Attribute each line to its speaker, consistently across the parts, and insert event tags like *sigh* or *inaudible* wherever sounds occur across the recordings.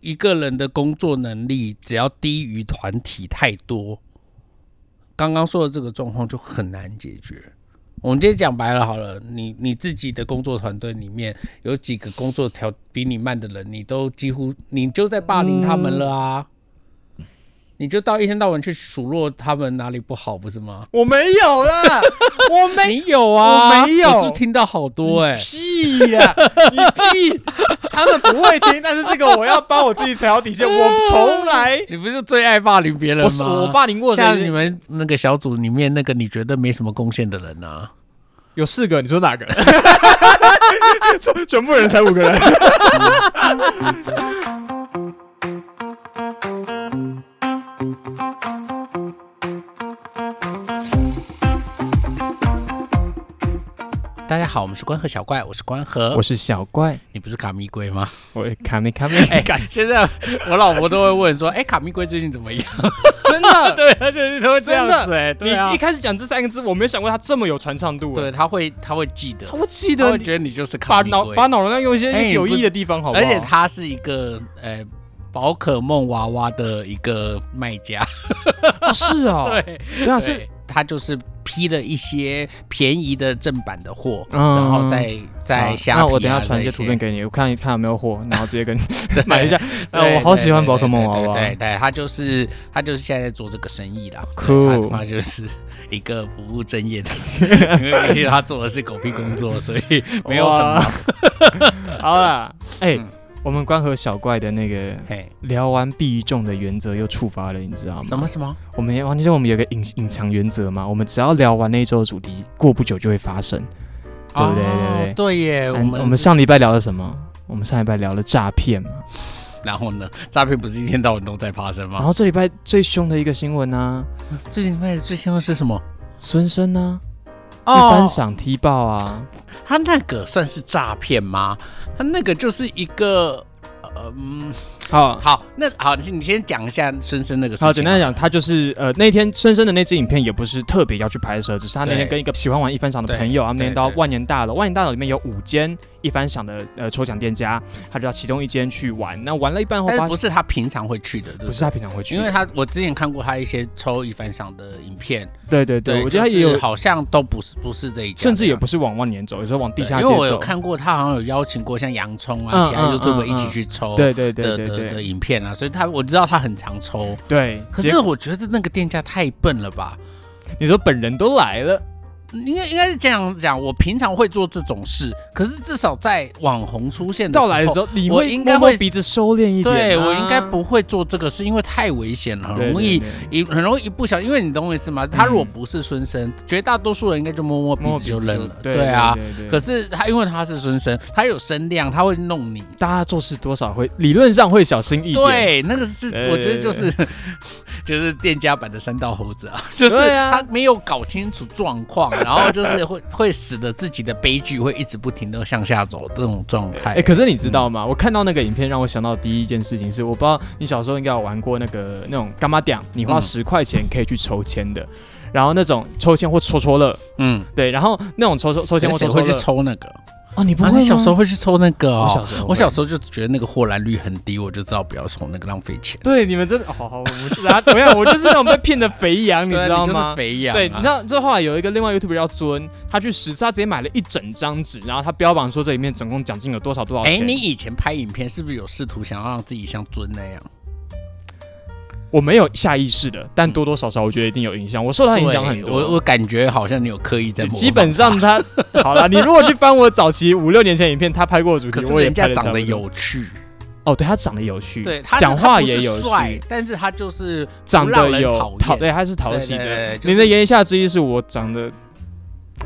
Speaker 1: 一个人的工作能力只要低于团体太多，刚刚说的这个状况就很难解决。我们今天讲白了好了，你你自己的工作团队里面有几个工作条比你慢的人，你都几乎你就在霸凌他们了啊！你就到一天到晚去数落他们哪里不好，不是 *laughs* 吗？
Speaker 2: 我没有
Speaker 1: *laughs*
Speaker 2: 啦，我没
Speaker 1: 你有啊，
Speaker 2: 我没有
Speaker 1: 我就听到好多哎、
Speaker 2: 屁呀、你屁！他们不会听，但是这个我要帮我自己踩好底线，
Speaker 1: 嗯
Speaker 2: 我从来
Speaker 1: 你不是最爱霸凌别人
Speaker 2: 我
Speaker 1: 吗？
Speaker 2: 是我霸凌过
Speaker 1: 像你
Speaker 2: 谁？
Speaker 1: 们那个小组里面那个你觉得没什么贡献的人啊，
Speaker 2: 有四个，你说
Speaker 1: *laughs*
Speaker 2: 哪个？全全部人才五个人。
Speaker 1: 大家好，我们是关河小怪， *laughs* 我是关河，
Speaker 2: 是小怪，
Speaker 1: 你不是卡密龟吗？
Speaker 2: 我卡没卡没，
Speaker 1: 哎、现在我老婆都会问说，哎、卡密龟最近怎么样？
Speaker 2: 真的。
Speaker 1: 对，她就是都会这样
Speaker 2: 真
Speaker 1: 子、
Speaker 2: 的
Speaker 1: 哎，
Speaker 2: 你
Speaker 1: 对啊
Speaker 2: 一，开始讲这三个字，我没有想过它这么有传唱度。欸
Speaker 1: 对，，她会，她会记得，
Speaker 2: 我记
Speaker 1: 她
Speaker 2: 得
Speaker 1: 会
Speaker 2: 你
Speaker 1: 觉得你就是卡
Speaker 2: 把
Speaker 1: 密
Speaker 2: 脑
Speaker 1: 龟，
Speaker 2: 把脑容量用一
Speaker 1: 哎
Speaker 2: 些
Speaker 1: 你
Speaker 2: 有
Speaker 1: 不
Speaker 2: 意义的地方，好不好？
Speaker 1: 而且她是一个呃宝可梦娃娃的一个卖家，
Speaker 2: 哦是哦，
Speaker 1: *laughs* 对，
Speaker 2: 对啊是
Speaker 1: 对，他就是批了一些便宜的正版的货，
Speaker 2: 嗯
Speaker 1: 然后再再啊
Speaker 3: 好
Speaker 1: 下、
Speaker 3: 那我等下传一些图片。给你，我看一看有没有货，然后直接跟你 *laughs* 买一下。
Speaker 1: 对
Speaker 3: 呃，我好喜欢宝可梦
Speaker 1: 对
Speaker 3: 娃
Speaker 1: 对
Speaker 3: 娃。
Speaker 1: 对对对，他就是他就是现在在做这个生意啦。
Speaker 3: Cool
Speaker 1: 对他他就是一个不务正业的， *laughs* 因为因为他做的是狗屁工作，所以没有很
Speaker 3: 哇。 *laughs* 好啦，哎、
Speaker 1: 嗯
Speaker 3: 我们关河小怪的那个
Speaker 1: 嘿
Speaker 3: 聊完必中的原则又触发了，你知道吗？
Speaker 1: 什么什么
Speaker 3: 我们也忘记说我们有个隐隐藏原则嘛，我们只要聊完那一周的主题，过不久就会发生。对对对
Speaker 1: 哦
Speaker 3: 对
Speaker 1: 对耶，我
Speaker 3: 嗯
Speaker 1: 们
Speaker 3: 我们上礼拜聊了什么？我们上礼拜聊了诈骗嘛，
Speaker 1: 嗯然后呢，诈骗不是一天到晚都在发生
Speaker 3: 然
Speaker 1: 吗？
Speaker 3: 后这礼拜最凶的一个新闻呢、
Speaker 1: 最近卖的最新的是什么？
Speaker 3: 孙生啊呢、
Speaker 1: 哦
Speaker 3: 一翻赏踢爆啊，
Speaker 1: 他那个算是诈骗吗？他那个就是一个，呃嗯，
Speaker 3: 好
Speaker 1: 好，那好，你你先讲一下孙生那个事情。
Speaker 3: 好，简单地讲，他就是呃，那天孙生的那支影片也不是特别要去拍摄，只是他那
Speaker 1: 对
Speaker 3: 天跟一个喜欢玩一番赏的朋友，他们那天到
Speaker 1: 对对
Speaker 3: 万年大楼，万年大楼里面有五间一番赏的呃抽奖店家，他就到其中一间去玩，那玩了一半后
Speaker 1: 但是
Speaker 3: 发
Speaker 1: 不是
Speaker 3: 现
Speaker 1: 他平常会去的，对
Speaker 3: 哦不
Speaker 1: 不
Speaker 3: 是啊
Speaker 1: 对？
Speaker 3: 他平常会去的，
Speaker 1: 因为他我之前看过他一些抽一番赏的影片，
Speaker 3: 对对对，我觉得他
Speaker 1: 就是
Speaker 3: 也有，
Speaker 1: 好像都不是不是这一家的样子，
Speaker 3: 甚至也不是往万年走，有时候往地
Speaker 1: 对
Speaker 3: 下街
Speaker 1: 因为我有
Speaker 3: 走，
Speaker 1: 看过他好像有邀请过像洋葱啊、
Speaker 3: 嗯
Speaker 1: 其他
Speaker 3: 嗯
Speaker 1: YouTube
Speaker 3: 嗯
Speaker 1: 一起
Speaker 3: 嗯
Speaker 1: 去抽的
Speaker 3: 对对对对
Speaker 1: 的的
Speaker 3: 对
Speaker 1: 影片啊，所以他我知道他很常抽，
Speaker 3: 对，
Speaker 1: 可
Speaker 3: 结
Speaker 1: 是我觉得那个店家太笨了吧。
Speaker 3: 你说本人都来了，
Speaker 1: 应该应该是这样讲，我平常会做这种事，可是至少在网红出现的
Speaker 3: 到来的时
Speaker 1: 候，
Speaker 3: 候你
Speaker 1: 我
Speaker 3: 会
Speaker 1: 应该
Speaker 3: 摸摸
Speaker 1: 会
Speaker 3: 鼻子收敛一点啊，
Speaker 1: 对我应该不会做这个事，因为太危险了，
Speaker 3: 对
Speaker 1: 很容易
Speaker 3: 对对
Speaker 1: 一很容易一不小心，因为你懂我意思吗？他如
Speaker 3: 嗯
Speaker 1: 果不是孙生，绝大多数人应该就摸摸鼻
Speaker 3: 摸
Speaker 1: 子
Speaker 3: 鼻
Speaker 1: 就
Speaker 3: 子
Speaker 1: 认了，
Speaker 3: 对
Speaker 1: 对啊。，
Speaker 3: 对对
Speaker 1: 可是他因为他是孙生，他有声量，他会弄你。
Speaker 3: 大家做事多少会理论上会小心一点，
Speaker 1: 对，那个是
Speaker 3: 对对
Speaker 1: 我觉得
Speaker 3: 对
Speaker 1: 就是 *laughs* 就是店家版的三道猴子啊， *laughs* 就是
Speaker 3: 对啊
Speaker 1: 他没有搞清楚状况，然后就是会 *laughs* 会使得自己的悲剧会一直不停的向下走这种状态。
Speaker 3: 哎、可是你知道吗？我看到那个影片，让我想到第一件事情是，我不知道你小时候应该有玩过那个那种干妈店，你花
Speaker 1: 嗯
Speaker 3: 十块钱可以去抽签的，然后那种抽签或戳戳乐，
Speaker 1: 嗯，
Speaker 3: 对，然后那种抽抽抽签
Speaker 1: 可
Speaker 3: 或
Speaker 1: 是谁
Speaker 3: 戳戳
Speaker 1: 会去
Speaker 3: 乐，
Speaker 1: 抽那个？
Speaker 3: 哦，你不
Speaker 1: 啊，
Speaker 3: 会吗、
Speaker 1: 你小时候会去抽那个、哦？
Speaker 3: 我小时候会
Speaker 1: 我小时候就觉得那个获篮率很低，我就知道不要抽那个，浪费钱。
Speaker 3: 对你们真的，哦好好，我们然后怎么样？我就是那种被骗的肥羊，你
Speaker 1: 对啊
Speaker 3: 知道
Speaker 1: 就是
Speaker 3: 吗？
Speaker 1: 肥羊、啊。
Speaker 3: 对，你知道这后来有一个另外 YouTuber 叫尊，他去实测，他直接买了一整张纸，然后他标榜说这里面总共奖金有多少多少
Speaker 1: 哎、
Speaker 3: 钱。
Speaker 1: 你以前拍影片是不是有试图想要让自己像尊那样？
Speaker 3: 我没有下意识的，但多多少少我觉得一定有影响，我受他影响很
Speaker 1: 嗯对
Speaker 3: 多。
Speaker 1: 我我感觉好像你有刻意在模仿。
Speaker 3: 基本上
Speaker 1: *laughs*
Speaker 3: 他好了，你如果去翻我早期五六年前影片，他拍过的主
Speaker 1: 可
Speaker 3: 题，
Speaker 1: 是
Speaker 3: 我也
Speaker 1: 人家
Speaker 3: 拍得差
Speaker 1: 长
Speaker 3: 不
Speaker 1: 得
Speaker 3: 多
Speaker 1: 有趣，
Speaker 3: 哦，对他长得有趣，
Speaker 1: 对，他
Speaker 3: 讲话也
Speaker 1: 有
Speaker 3: 有
Speaker 1: 帅
Speaker 3: 趣，，
Speaker 1: 但是他就是
Speaker 3: 长
Speaker 1: 让
Speaker 3: 得
Speaker 1: 人
Speaker 3: 有
Speaker 1: 讨厌
Speaker 3: 对，他是讨喜
Speaker 1: 对对
Speaker 3: 的
Speaker 1: 对。就是
Speaker 3: 你的言下之意是我长得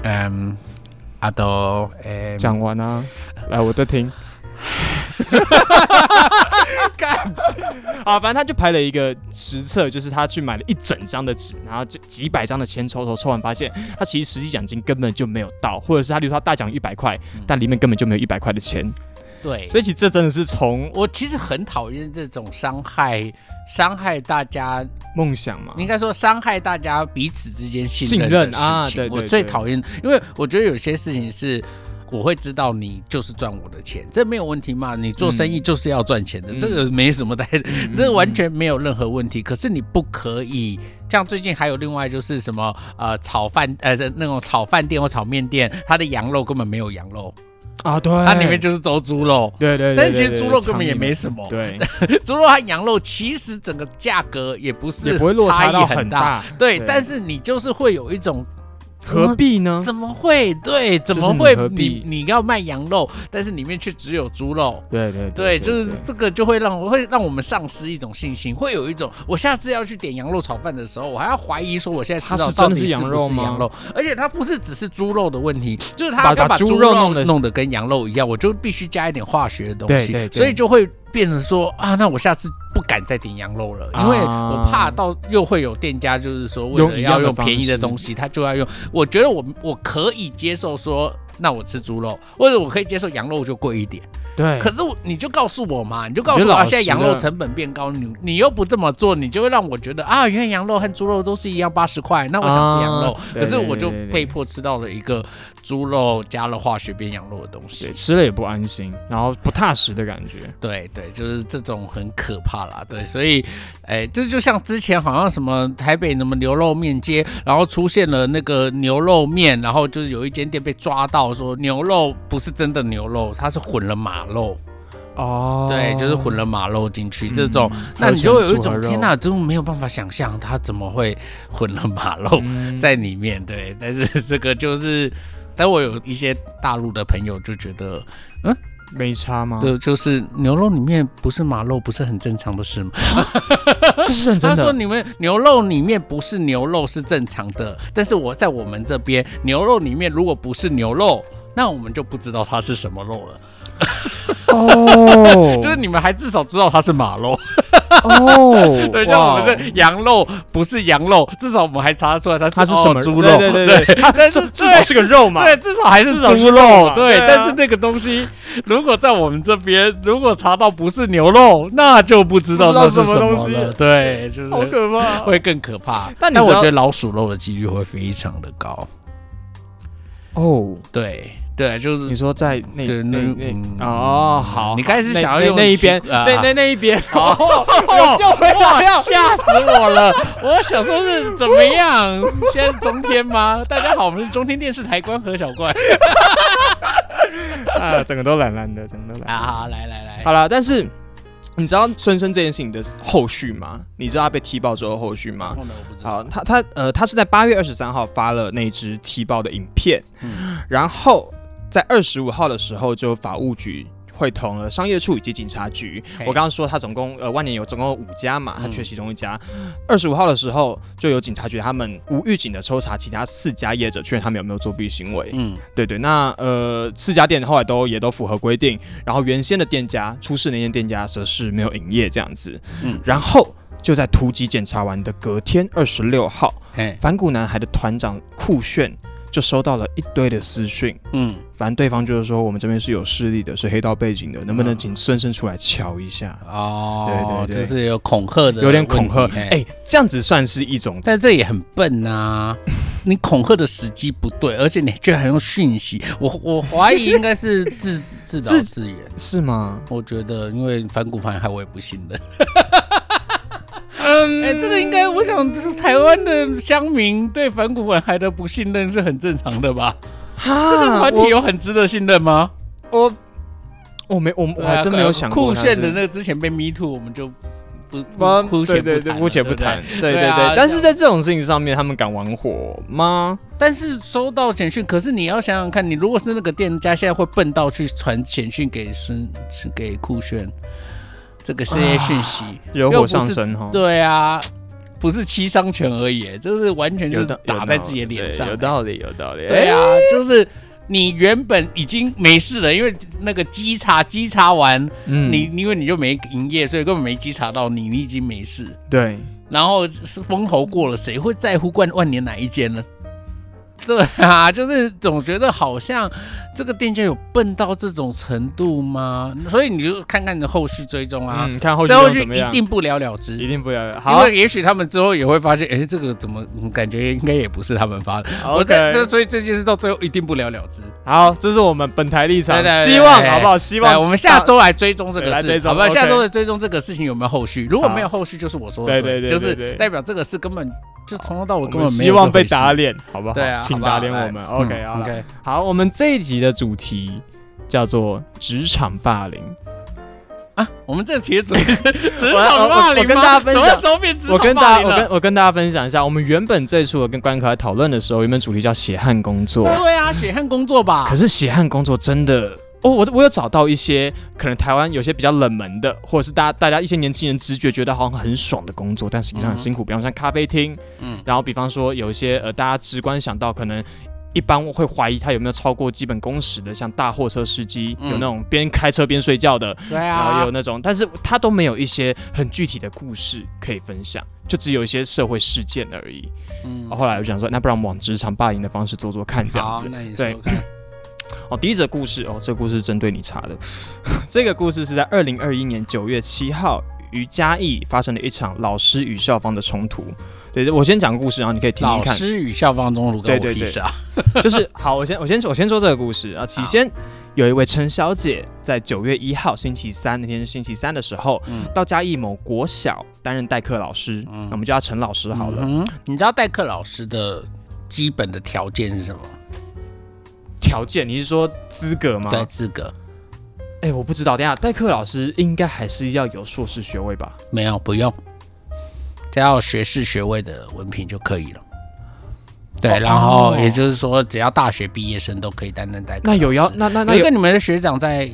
Speaker 1: 嗯，阿斗，哎、
Speaker 3: 讲完啊，来我在听。干啊！反正他就拍了一个实测，就是他去买了一整张的纸，然后就几百张的签抽抽抽完，发现他其实实际奖金根本就没有到，或者是他例如他大奖一百块，但里面根本就没有一百块的钱，
Speaker 1: 对，
Speaker 3: 所以其实这真的是从
Speaker 1: 我其实很讨厌这种伤害伤害大家，
Speaker 3: 梦想嘛。
Speaker 1: 应该说伤害大家彼此之间信任
Speaker 3: 信任
Speaker 1: 的事情。
Speaker 3: 啊对对
Speaker 1: 我最
Speaker 3: 对
Speaker 1: 讨厌，因为我觉得有些事情是。我会知道你就是赚我的钱，这没有问题嘛？你做生意就是要赚钱的，
Speaker 3: 嗯
Speaker 1: 这个没什么太， *laughs* 这个完全没有任何问题。可是你不可以像最近还有另外就是什么呃炒饭呃那种炒饭店或炒面店，它的羊肉根本没有羊肉，
Speaker 3: 啊，对，
Speaker 1: 它里面就是都猪肉。
Speaker 3: 对对对，
Speaker 1: 但其
Speaker 3: 对
Speaker 1: 实猪肉根本也。
Speaker 3: 对
Speaker 1: 没
Speaker 3: 对
Speaker 1: 什么， *laughs*
Speaker 3: 对，
Speaker 1: 猪肉和羊肉其实整个价格也不是
Speaker 3: 也不会落
Speaker 1: 差
Speaker 3: 差
Speaker 1: 异
Speaker 3: 到
Speaker 1: 很
Speaker 3: 很大，
Speaker 1: 对，
Speaker 3: 对
Speaker 1: 但是你就是会有一种
Speaker 3: 何必呢？
Speaker 1: 怎么会？对，怎
Speaker 3: 就是
Speaker 1: 么
Speaker 3: 你
Speaker 1: 会
Speaker 3: 何
Speaker 1: 你
Speaker 3: 必
Speaker 1: 你要卖羊肉，但是里面却只有猪肉？
Speaker 3: 对对
Speaker 1: 对，就是这个就会让我会让我们丧失一种信心，会有一种我下次要去点羊肉炒饭的时候，我还要怀疑说我现在吃
Speaker 3: 它
Speaker 1: 到
Speaker 3: 是
Speaker 1: 到
Speaker 3: 真的
Speaker 1: 底
Speaker 3: 是
Speaker 1: 是
Speaker 3: 羊
Speaker 1: 不
Speaker 3: 肉
Speaker 1: 是
Speaker 3: 吗
Speaker 1: 羊肉，而且它不是只是猪肉的问题，就是它
Speaker 3: 把
Speaker 1: 要
Speaker 3: 把
Speaker 1: 把
Speaker 3: 猪
Speaker 1: 猪
Speaker 3: 肉
Speaker 1: 肉
Speaker 3: 弄得
Speaker 1: 弄得跟羊肉一样，我就必须加一点化学的东西，
Speaker 3: 对对对
Speaker 1: 所以就会变成说啊，那我下次不敢再点羊肉了，因为我怕到又会有店家就是说为
Speaker 3: 啊用
Speaker 1: 了
Speaker 3: 一样
Speaker 1: 要
Speaker 3: 的
Speaker 1: 用
Speaker 3: 方
Speaker 1: 便宜的
Speaker 3: 式
Speaker 1: 东西，他就要用。我觉得我我可以接受说。那我吃猪肉，或者我可以接受羊肉就贵一点。
Speaker 3: 对，
Speaker 1: 可是我你就告诉我嘛，你就告
Speaker 3: 你
Speaker 1: 诉
Speaker 3: 就
Speaker 1: 我、啊、
Speaker 3: 老实
Speaker 1: 现在羊
Speaker 3: 了
Speaker 1: 肉成本变高，你你又不这么做，你就会让我觉得啊，原来羊肉和猪肉都是一样八十块，那我想吃羊肉，
Speaker 3: 啊对
Speaker 1: 可是
Speaker 3: 对
Speaker 1: 我
Speaker 3: 对
Speaker 1: 就
Speaker 3: 对对
Speaker 1: 被迫吃到了一个猪肉加了化学变羊肉的东西
Speaker 3: 对。吃了也不安心，然后不踏实的感觉。
Speaker 1: 对对，就是这种很可怕啦。对，所以，哎，这就像之前好像什么台北什么牛肉面街，然后出现了那个牛肉面，然后就是有一间店被抓到说牛肉不是真的牛肉，它是混了马肉，
Speaker 3: 哦嗯
Speaker 1: 对，就是混了马肉进去这种。那
Speaker 3: 还有
Speaker 1: 你就会有一
Speaker 3: 像猪
Speaker 1: 种
Speaker 3: 肉
Speaker 1: 天哪，真的没有办法想象它怎么会混了马肉
Speaker 3: 嗯
Speaker 1: 在里面。对，但是这个就是， *laughs* 但我有一些大陆的朋友就觉得，
Speaker 3: 没差吗？，
Speaker 1: 对，就是牛肉里面不是马肉，不是很正常的事吗？
Speaker 3: 这是认真
Speaker 1: 他说
Speaker 3: 的。
Speaker 1: 你们牛肉里面不是牛肉是正常的，但是我在我们这边牛肉里面如果不是牛肉。那我们就不知道它是什么肉了，
Speaker 3: *laughs* 哦，
Speaker 1: 就是你们还至少知道它是马肉，
Speaker 3: *laughs* 哦，
Speaker 1: 对，像我们
Speaker 3: 哇
Speaker 1: 这羊肉不是羊肉，至少我们还查得出来它是
Speaker 3: 它是什么
Speaker 1: 哦猪肉，
Speaker 3: 对对对对，它
Speaker 1: 但是
Speaker 3: 至至少是个肉嘛。
Speaker 1: 对，至少还是
Speaker 3: 至少是
Speaker 1: 猪
Speaker 3: 肉
Speaker 1: 肉
Speaker 3: 嘛，
Speaker 1: 对。
Speaker 3: 对啊
Speaker 1: 但是那个东西，如果在我们这边，如果查到不是牛肉，那就不知道
Speaker 2: 不知道
Speaker 1: 这是
Speaker 2: 什么
Speaker 1: 什
Speaker 2: 东
Speaker 1: 么
Speaker 2: 西
Speaker 1: 了对，就是
Speaker 2: 好可怕！
Speaker 1: 会更可怕。
Speaker 3: 但
Speaker 1: 但
Speaker 3: 你知
Speaker 1: 我
Speaker 3: 道
Speaker 1: 觉得老鼠肉的几率会非常的高。
Speaker 3: 哦，
Speaker 1: 对对，就是
Speaker 3: 你说在那
Speaker 1: 对那
Speaker 3: 那
Speaker 1: 嗯
Speaker 3: 那哦，好，
Speaker 1: 你开始
Speaker 3: 那
Speaker 1: 想要
Speaker 3: 那
Speaker 1: 用
Speaker 3: 那一
Speaker 1: 习
Speaker 3: 边，
Speaker 1: 啊哦
Speaker 3: 那那那一边，哦
Speaker 1: 好
Speaker 3: 有救回 *laughs* 来了，
Speaker 1: 吓死我了！我想说是怎么样？现在是中天吗？大家好，我们是中天电视台关和小怪
Speaker 3: 啊，整个都懒懒的，整个都懒。
Speaker 1: 啊！好来来来，
Speaker 3: 好了，但是你知道孙生这件事情的后续吗？你知道他被踢爆之后的后续吗
Speaker 1: 然？后呢？我不知道。
Speaker 3: 好，他他呃，他是在八月二十三号发了那支踢爆的影片，
Speaker 1: 嗯
Speaker 3: 然后在二十五号的时候，就法务局会同了商业处以及警察局。
Speaker 1: 嘿
Speaker 3: 我刚刚说他总共呃万年有总共有五家嘛，他
Speaker 1: 嗯
Speaker 3: 缺其中一家。二十五号的时候，就有警察局他们无预警的抽查其他四家业者，确认他们有没有作弊行为。
Speaker 1: 嗯，
Speaker 3: 对对，那呃，四家店后来都也都符合规定，然后原先的店家出事那间店家则是没有营业这样子，
Speaker 1: 嗯
Speaker 3: 然后就在突击检查完的隔天二十六号，
Speaker 1: 嘿，
Speaker 3: 反骨男孩的团长酷炫就收到了一堆的私讯，
Speaker 1: 嗯，
Speaker 3: 反正对方就是说我们这边是有势力的，是黑道背景的，能不能请孙生出来瞧一下？
Speaker 1: 哦，
Speaker 3: 对对对
Speaker 1: 就是有恐吓的，
Speaker 3: 有点恐吓，
Speaker 1: 哎、
Speaker 3: 哎，这样子算是一种
Speaker 1: 但这也很笨呐、 *laughs* 你恐吓的时机不对，而且你居然还用讯息，我我怀疑应该是
Speaker 3: *laughs*
Speaker 1: 自自导
Speaker 3: 自
Speaker 1: 自演。
Speaker 3: 是吗？
Speaker 1: 我觉得，因为反骨反害我也不信任。
Speaker 3: 嗯
Speaker 1: 哎、这个应该，我想就是台湾的乡民对反骨反害的不信任是很正常的吧？
Speaker 3: 啊
Speaker 1: 这个团体有很值得信任吗？
Speaker 3: 我我没我我
Speaker 1: 对
Speaker 3: 还
Speaker 1: 啊
Speaker 3: 真没有想过
Speaker 1: 酷炫
Speaker 3: 那
Speaker 1: 的
Speaker 3: 是
Speaker 1: 那个之前被 Me Too，我们就不不
Speaker 3: 不，
Speaker 1: 酷
Speaker 3: 啊对
Speaker 1: 炫
Speaker 3: 对对，
Speaker 1: 谈了
Speaker 3: 姑且
Speaker 1: 对
Speaker 3: 不
Speaker 1: 对
Speaker 3: 谈，对对
Speaker 1: 对啊
Speaker 3: 对。
Speaker 1: 这
Speaker 3: 但是
Speaker 1: 样
Speaker 3: 在这种事情上面，他们敢玩火吗？
Speaker 1: 但是收到简讯，可是你要想想看，你如果是那个店家，现在会笨到去传简讯给孙给酷炫这个这些讯息，
Speaker 3: 惹啊火上身哦哈
Speaker 1: 又不是，对啊，不是七伤拳而已，欸就是完全就
Speaker 3: 有
Speaker 1: 是
Speaker 3: 道
Speaker 1: 打在自己的脸上啊
Speaker 3: 有。道理，有道理。
Speaker 1: 对
Speaker 3: 哎，
Speaker 1: 啊，就是你原本已经没事了，因为那个稽查稽查完，
Speaker 3: 嗯
Speaker 1: 你因为你就没营业，所以根本没稽查到你，你已经没事。
Speaker 3: 对
Speaker 1: 然后是风头过了，谁会在乎万万年哪一间呢？对啊，就是总觉得好像这个店家有笨到这种程度吗？所以你就看看你的后续追踪啊，
Speaker 3: 嗯，看后续
Speaker 1: 再后
Speaker 3: 又
Speaker 1: 续
Speaker 3: 怎么
Speaker 1: 一
Speaker 3: 样，
Speaker 1: 定不了了之
Speaker 3: 一。定不要
Speaker 1: 因
Speaker 3: 好。
Speaker 1: 为也许他们之后也会发现，哎、这个怎么、嗯感觉应该也不是他们发的。我在
Speaker 3: OK，
Speaker 1: 这，所以这件事到最后一定不了了之。
Speaker 3: 好，这是我们本台立场
Speaker 1: 对，对对
Speaker 3: 希望
Speaker 1: 对
Speaker 3: 好不好？希
Speaker 1: 来，
Speaker 3: 望
Speaker 1: 我们下周来追踪这
Speaker 3: 对
Speaker 1: 个
Speaker 3: 来追
Speaker 1: 事，
Speaker 3: 踪
Speaker 1: 好吧？
Speaker 3: OK
Speaker 1: 下周的追踪这个事情有没有后续？如果
Speaker 3: 好
Speaker 1: 没有后续，就是我说的
Speaker 3: 对对对
Speaker 1: 就
Speaker 3: 对对
Speaker 1: 是代表这个事根本就从头到尾
Speaker 3: 我
Speaker 1: 根
Speaker 3: 们
Speaker 1: 本没有
Speaker 3: 希望被
Speaker 1: 这回事
Speaker 3: 打。脸，好不好？
Speaker 1: 对啊
Speaker 3: 请
Speaker 1: 好不好
Speaker 3: 打脸
Speaker 1: 来
Speaker 3: 我们。OK，好
Speaker 1: 嗯
Speaker 3: 了
Speaker 1: OK，
Speaker 3: 好，我们这一集的主题叫做职场霸凌。
Speaker 1: 啊，我们这期
Speaker 3: *laughs*
Speaker 1: 的主题是职
Speaker 3: 我我
Speaker 1: 场霸凌
Speaker 3: 我跟
Speaker 1: 吗
Speaker 3: 大家分享
Speaker 1: 什么时候变职
Speaker 3: 我跟
Speaker 1: 场
Speaker 3: 大
Speaker 1: 霸
Speaker 3: 家，
Speaker 1: 凌
Speaker 3: 我
Speaker 1: 了？
Speaker 3: 跟我跟大家分享一下，我们原本最初我跟关可来讨论的时候，原本主题叫血汗工作，
Speaker 1: 对啊，血汗工作吧
Speaker 3: 可。是血汗工作真的。哦，我我有找到一些可能台湾有些比较冷门的，或者是大家大家一些年轻人直觉觉得好像很爽的工作，但实际上很辛苦。比方像咖啡厅，嗯
Speaker 1: 嗯，
Speaker 3: 然后比方说有一些呃，大家直观想到可能一般会怀疑他有没有超过基本工时的，像大货车司机，
Speaker 1: 嗯
Speaker 3: 有那种边开车边睡觉的，
Speaker 1: 对
Speaker 3: 嗯然后
Speaker 1: 啊
Speaker 3: 有，那种，但是他都没有一些很具体的故事可以分享，就只有一些社会事件而已。
Speaker 1: 嗯
Speaker 3: 然哦后后来我就想说，那不然我们往职场霸凌的方式做做看，这样
Speaker 1: 好
Speaker 3: 子，。
Speaker 1: 那你
Speaker 3: 对
Speaker 1: 说
Speaker 3: *laughs*
Speaker 1: 看
Speaker 3: 哦，第一则故事哦，这故事是针对你查的。 *laughs* 这个故事是在二零二一年九月七号于嘉义发生的一场老师与校方的冲突。对，我先讲个故事，然后你可以听听
Speaker 1: 老
Speaker 3: 看。
Speaker 1: 师与校方中如跟
Speaker 3: 对
Speaker 1: 我
Speaker 3: 对
Speaker 1: 屁
Speaker 3: 对
Speaker 1: 事啊？
Speaker 3: *laughs* 就是好，我先我先我先说这个故事啊。起先有一位陈小姐在九月一号星期三那天是星期三的时候，
Speaker 1: 嗯
Speaker 3: 到嘉义某国小担任代课老师，
Speaker 1: 嗯
Speaker 3: 那我们叫她陈老师好了。
Speaker 1: 嗯哼你知道代课老师的基本的条件是什么？
Speaker 3: 条件你是说资格吗？
Speaker 1: 对，资格
Speaker 3: 哎、我不知道，等一下代课老师应该还是要有硕士学位吧？
Speaker 1: 没有，不用，只要有学士学位的文凭就可以了。对，
Speaker 3: 哦
Speaker 1: 然后也就是说，只要大学毕业生都可以担任代课老
Speaker 3: 那
Speaker 1: 师。
Speaker 3: 有要那那那
Speaker 1: 有一
Speaker 3: 有
Speaker 1: 个你们的学长在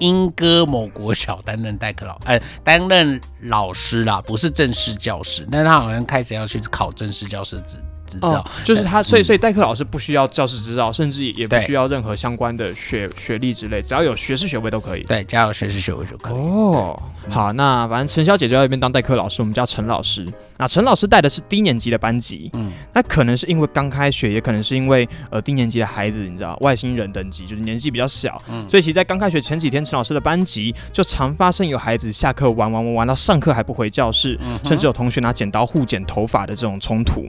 Speaker 1: 英歌某国小担任代课老，呃，担任老师啦，不是正式教师，但他好像开始要去考正式教师执执照嗯
Speaker 3: 哦。，就是他，所以所以代课老师不需要教师执照，甚至也也不
Speaker 1: 对
Speaker 3: 需要任何相关的学学历之类，只要有学士学位都可以。
Speaker 1: 对，加有学士学位就可以。
Speaker 3: 哦，好，那反正陈小姐就在那边当代课老师，我们叫陈老师。那陈老师带的是低年级的班级，嗯
Speaker 1: 嗯，
Speaker 3: 那可能是因为刚开学，也可能是因为呃低年级的孩子，你知道外星人等级就是年纪比较小，所以其实在刚开学前几天，陈老师的班级就常发生有孩子下课玩玩玩玩到上课还不回教室，甚至有同学拿剪刀互剪头发的这种冲突。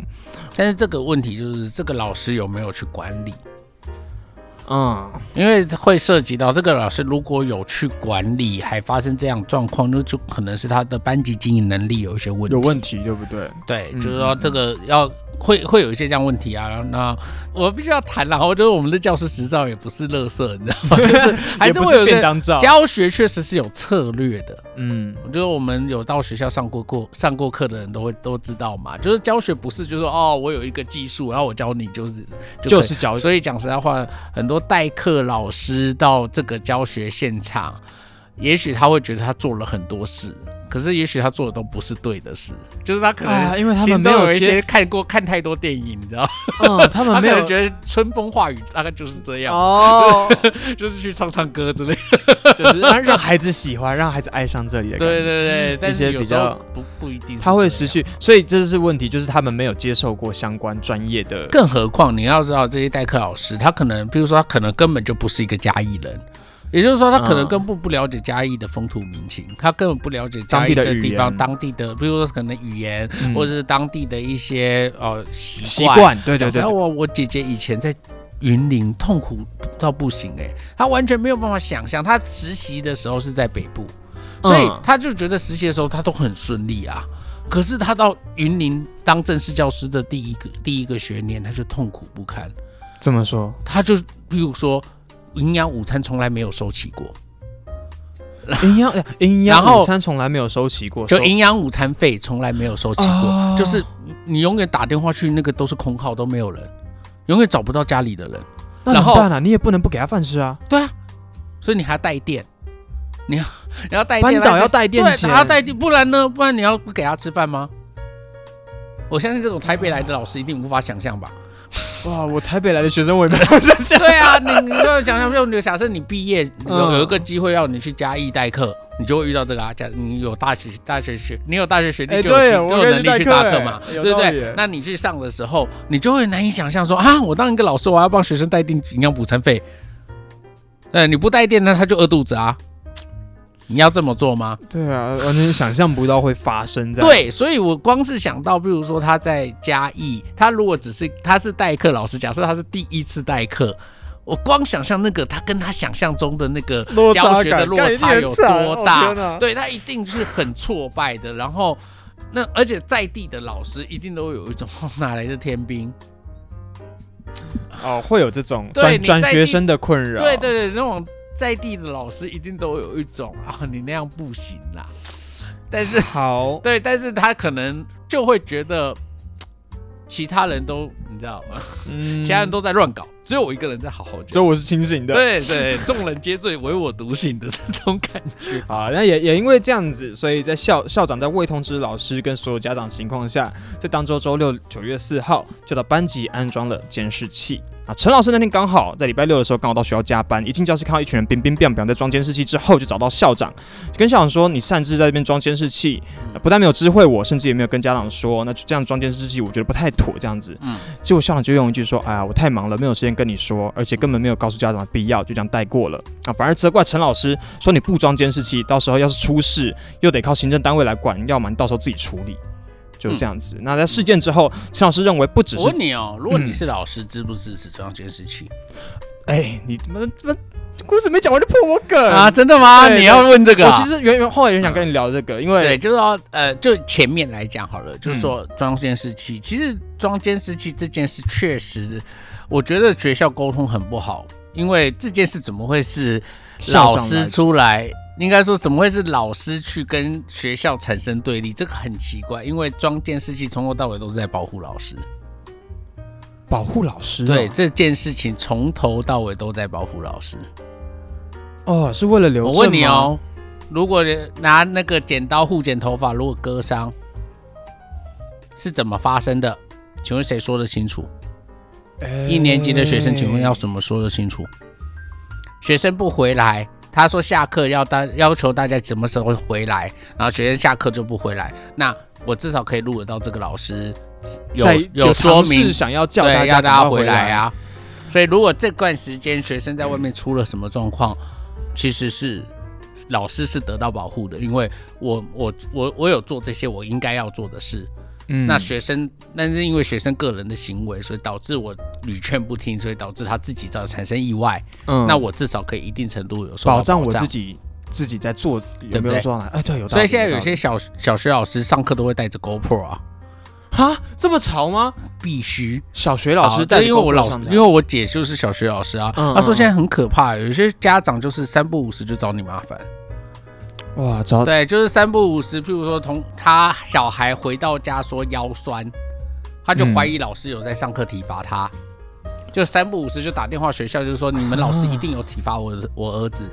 Speaker 1: 但是这个问题就是，这个老师有没有去管理？
Speaker 3: 嗯，
Speaker 1: 因为会涉及到这个老师如果有去管理，还发生这样状况，那就可能是他的班级经营能力有一些问题。
Speaker 3: 有问题对不对？
Speaker 1: 对，
Speaker 3: 嗯
Speaker 1: 就是说这个要会会有一些这样问题啊。那我必须要谈啦，我觉得我们的教师执照也不是垃圾，你知道吗？就是还
Speaker 3: 也
Speaker 1: 是
Speaker 3: 不
Speaker 1: 会有一
Speaker 3: 便
Speaker 1: 个
Speaker 3: 当照，
Speaker 1: 教学确实是有策略的。
Speaker 3: 嗯，
Speaker 1: 我觉得我们有到学校上过过上过课的人都会都知道嘛，就是教学不是就是说哦，我有一个技术，然后我教你就是
Speaker 3: 就
Speaker 1: 可以
Speaker 3: 是教
Speaker 1: 所以讲实在话，很多代课老师到这个教学现场，也许他会觉得他做了很多事，可是也许他做的都不是对的事，就是他可
Speaker 3: 啊，
Speaker 1: 能
Speaker 3: 因为他
Speaker 1: 心
Speaker 3: 们
Speaker 1: 中
Speaker 3: 没
Speaker 1: 有一
Speaker 3: 接
Speaker 1: 些，看过看太多电影，你知道，
Speaker 3: 嗯，他
Speaker 1: 他
Speaker 3: 们
Speaker 1: 可
Speaker 3: 没
Speaker 1: 能
Speaker 3: 有
Speaker 1: 觉得春风化雨大概就是这样，
Speaker 3: *laughs*
Speaker 2: 哦，
Speaker 1: 就是去唱唱歌之类的。
Speaker 3: 就是让让孩子喜欢，让孩子爱上这里的感觉。
Speaker 1: 对对对， *laughs* 但
Speaker 3: 一些
Speaker 1: 是有
Speaker 3: 比
Speaker 1: 时候
Speaker 3: 较
Speaker 1: 不不一定是
Speaker 3: 他会
Speaker 1: 这
Speaker 3: 失
Speaker 1: 样。
Speaker 3: 去，所以这就是问题，就是他们没有接受过相关专业的。
Speaker 1: 更何况你要知道，这些代课老师，他可能，比如说，他可能根本就不是一个嘉义人，也就是说，他可能
Speaker 3: 嗯
Speaker 1: 根本不了解嘉义的风土民情，他根本不了解
Speaker 3: 当
Speaker 1: 嘉
Speaker 3: 地
Speaker 1: 义
Speaker 3: 的
Speaker 1: 这
Speaker 3: 语
Speaker 1: 地方
Speaker 3: 言
Speaker 1: 当地的，比如说可能语言，
Speaker 3: 嗯
Speaker 1: 或者是当地的一些呃习
Speaker 3: 习。惯，对对
Speaker 1: 讲实
Speaker 3: 对
Speaker 1: 在
Speaker 3: 对，
Speaker 1: 我我姐姐以前在云林痛苦到不行哎、她完全没有办法想象，她实习的时候是在北部，所以
Speaker 3: 嗯
Speaker 1: 她就觉得实习的时候她都很顺利啊。可是她到云林当正式教师的第一个第一个学年，她就痛苦不堪。
Speaker 3: 这么 *laughs* 说，
Speaker 1: 她就比如说营养午餐从来没有收齐过，
Speaker 3: 营养营
Speaker 1: 然
Speaker 3: 养
Speaker 1: 后
Speaker 3: 午餐从来没有收齐过，
Speaker 1: 就
Speaker 3: 收
Speaker 1: 营养午餐费从来没有收齐
Speaker 3: 哦
Speaker 1: 过，就是你永远打电话去那个都是空号，都没有人，永远找不到家里的人。
Speaker 3: 那怎
Speaker 1: 然
Speaker 3: 么
Speaker 1: 后
Speaker 3: 办啊？你也不能不给他饭吃啊，
Speaker 1: 对啊，所以你还要带电，你要你要带
Speaker 3: 班
Speaker 1: 电，
Speaker 3: 导要
Speaker 1: 带
Speaker 3: 带电
Speaker 1: 对，
Speaker 3: 钱
Speaker 1: 还，要带电，不然呢？不然你要不给他吃饭吗？我相信这种台北来的老师一定无法想象吧？
Speaker 3: 哇！我台北来的学生我也没有这样，
Speaker 1: 对啊，你你要想象，就假设你毕业
Speaker 3: 嗯
Speaker 1: 有有一个机会要你去嘉义代课，你就会遇到这个啊。假如你有大学大学学，你有大学学历
Speaker 2: 哎
Speaker 1: 就有机、
Speaker 2: 对我
Speaker 1: 就有
Speaker 2: 可以
Speaker 1: 能
Speaker 2: 去代
Speaker 1: 力去
Speaker 2: 课
Speaker 1: 大
Speaker 2: 哎
Speaker 1: 课嘛，
Speaker 2: 有
Speaker 1: 对不
Speaker 2: 道理
Speaker 1: 对
Speaker 2: 耶？
Speaker 1: 那你去上的时候，你就会难以想象说啊，我当一个老师，我要帮学生带定营养补餐费。呃，你不带电，那他就饿肚子啊。你要这么做吗？
Speaker 3: *laughs* 对啊，完全想象不到会发生这样。
Speaker 1: 对，所以我光是想到，比如说他在嘉义，他如果只是他是代课老师，假设他是第一次代课，我光想象那个他跟他想象中的那个
Speaker 2: 落
Speaker 1: 教
Speaker 2: 差
Speaker 1: 学的
Speaker 2: 感
Speaker 1: 落
Speaker 2: 干
Speaker 1: 差
Speaker 2: 一定很
Speaker 1: 有
Speaker 2: 惨
Speaker 1: 多
Speaker 2: 哦
Speaker 1: 大
Speaker 2: 天哪？
Speaker 1: 对他一定是很挫败的。然后，那而且在地的老师一定都有一种哦哪来的天兵？
Speaker 2: 哦，会有这种
Speaker 1: 对
Speaker 3: 转
Speaker 1: 你
Speaker 3: 转
Speaker 1: 在
Speaker 3: 学
Speaker 1: 地
Speaker 3: 生的困
Speaker 2: 啊
Speaker 3: 扰。
Speaker 1: 对对对，那种在地的老师一定都有一种啊，你那样不行啦。但是
Speaker 3: 好，
Speaker 1: 对，但是他可能就会觉得其他人都你知道吗？
Speaker 3: 嗯
Speaker 1: 其他人都在乱搞，只有我一个人在好好
Speaker 2: 所
Speaker 1: 讲。
Speaker 2: 以我是清醒的。
Speaker 1: 对对，众人皆醉，唯我独醒的这种感
Speaker 3: *laughs*
Speaker 1: 觉。
Speaker 3: 啊，那也也因为这样子，所以在校校长在未通知老师跟所有家长情况下，在当周周六九月四号就到班级安装了监视器。啊，陈老师那天刚好在礼拜六的时候刚好到学校加班，一进教室看到一群人冰冰冰冰在装监视器，之后就找到校长，就跟校长说：“你擅自在这边装监视器，
Speaker 1: 嗯
Speaker 3: 呃不但没有知会我，甚至也没有跟家长说，那就这样装监视器，我觉得不太妥。”这样子，
Speaker 1: 嗯
Speaker 3: 结果校长就用一句说：“哎呀，我太忙了，没有时间跟你说，而且根本没有告诉家长的必要，就这样带过了。”啊，反而责怪陈老师说你不装监视器，到时候要是出事，又得靠行政单位来管，要么你到时候自己处理，就是这样子。那在事件之后，陈老师认为不
Speaker 1: 嗯
Speaker 3: 只
Speaker 1: 我
Speaker 3: 是，
Speaker 1: 问你哦，如果你是老师，支不支持这样监视器
Speaker 3: 哎，你怎么怎么故事没讲完就破我梗
Speaker 1: 啊？？真的吗？
Speaker 3: 对
Speaker 1: 你要问这个
Speaker 3: 我
Speaker 1: 啊？
Speaker 3: 其实原原后来原想跟你聊这个，因
Speaker 1: 对，
Speaker 3: 为
Speaker 1: 就是说，呃，就前面来讲好了，就是说装监视器，
Speaker 3: 嗯
Speaker 1: 其实装监视器这件事确实，我觉得学校沟通很不好，因为这件事怎么会是
Speaker 3: 校
Speaker 1: 老
Speaker 3: 长来
Speaker 1: 师出来，应该说怎么会是老师去跟学校产生对立？这个很奇怪，因为装监视器从头到尾都是在保护老师。
Speaker 3: 保护老师哦，
Speaker 1: 对这件事情从头到尾都在保护老师。
Speaker 3: 哦，是为了留
Speaker 1: 我
Speaker 3: 证
Speaker 1: 问你
Speaker 3: 吗，
Speaker 1: 哦，如果你拿那个剪刀互剪头发，如果割伤，是怎么发生的？请问谁说得清楚？
Speaker 3: 哎
Speaker 1: 一年级的学生，请问要怎么说得清楚？学生不回来，他说下课要大要求大家什么时候回来，然后学生下课就不回来，那我至少可以录得到这个老师有
Speaker 3: 在
Speaker 1: 有说
Speaker 3: 尝试
Speaker 1: 明
Speaker 3: 想要叫
Speaker 1: 对，
Speaker 3: 大家
Speaker 1: 要
Speaker 3: 赶
Speaker 1: 大
Speaker 3: 快
Speaker 1: 家回
Speaker 3: 来
Speaker 1: 来！啊。所以如果这段时间学生在外面出了什么状况，其实是老师是得到保护的，因为我我我我有做这些我应该要做的事。
Speaker 3: 嗯
Speaker 1: 那学生，但是因为学生个人的行为，所以导致我屡劝不听，所以导致他自己造产生意外。
Speaker 3: 嗯
Speaker 1: 那我至少可以一定程度有受到
Speaker 3: 保障我
Speaker 1: 障
Speaker 3: 自己自己在做有
Speaker 1: 对不
Speaker 3: 没有
Speaker 1: 对
Speaker 3: 做呢？哎，对，有道理。
Speaker 1: 所以现在有
Speaker 3: 道理
Speaker 1: 些小小学老师上课都会带着 GoPro 啊，
Speaker 3: 哈这么潮吗？
Speaker 1: 必须
Speaker 3: 小学老师
Speaker 1: 好
Speaker 3: 带
Speaker 1: 啊对
Speaker 3: 着
Speaker 1: 因为我
Speaker 3: GoPro
Speaker 1: 老
Speaker 3: 上
Speaker 1: 因
Speaker 3: 来
Speaker 1: 为我姐就是小学老师啊，
Speaker 3: 嗯
Speaker 1: 她说现在很可怕，有些家长就是三不五时就找你麻烦。
Speaker 3: 哇，找
Speaker 1: 哦对，就是三不五时，譬如说同他小孩回到家说腰酸，他就
Speaker 3: 嗯
Speaker 1: 怀疑老师有在上课体罚他，就三不五时就打电话学校，就是说你们老师一定有体罚我的我儿子，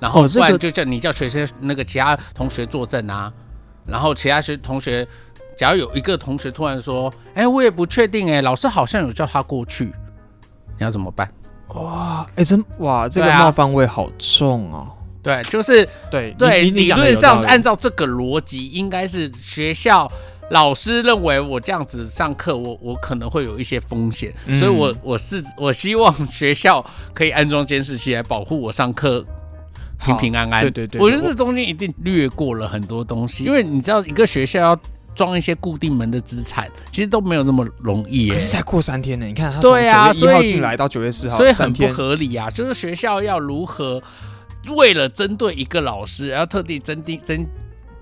Speaker 1: 然后
Speaker 3: 啊哦这
Speaker 1: 不
Speaker 3: 个
Speaker 1: 然就叫你叫学生那个其他同学作证啊，然后其他学同学。只要有一个同学突然说：“哎、我也不确定、哎，老师好像有叫他过去，你要怎么办
Speaker 3: 哇，哎真哇，这个
Speaker 1: 对啊
Speaker 3: 冒犯味好重哦。？”
Speaker 1: 对，就是
Speaker 3: 对
Speaker 1: 对，理论上按
Speaker 3: 照
Speaker 1: 照这个逻辑，应该是学校老师认为我这样子上课，我我可能会有一些风险，
Speaker 3: 嗯
Speaker 1: 所以我我是我希望学校可以安装监视器来保护我上课平平安安。
Speaker 3: 对对对，
Speaker 1: 我觉得这中间一定略过了很多东西，因为你知道一个学校要装一些固定门的资产，其实都没有这么容易耶、
Speaker 3: 可是才过三天呢，你看他
Speaker 1: 对啊
Speaker 3: 一号
Speaker 1: 所以
Speaker 3: 进来到九月四号，
Speaker 1: 所以
Speaker 3: 三
Speaker 1: 很不
Speaker 3: 天
Speaker 1: 合理啊！就是学校要如何为了针对一个老师，然后特地增定增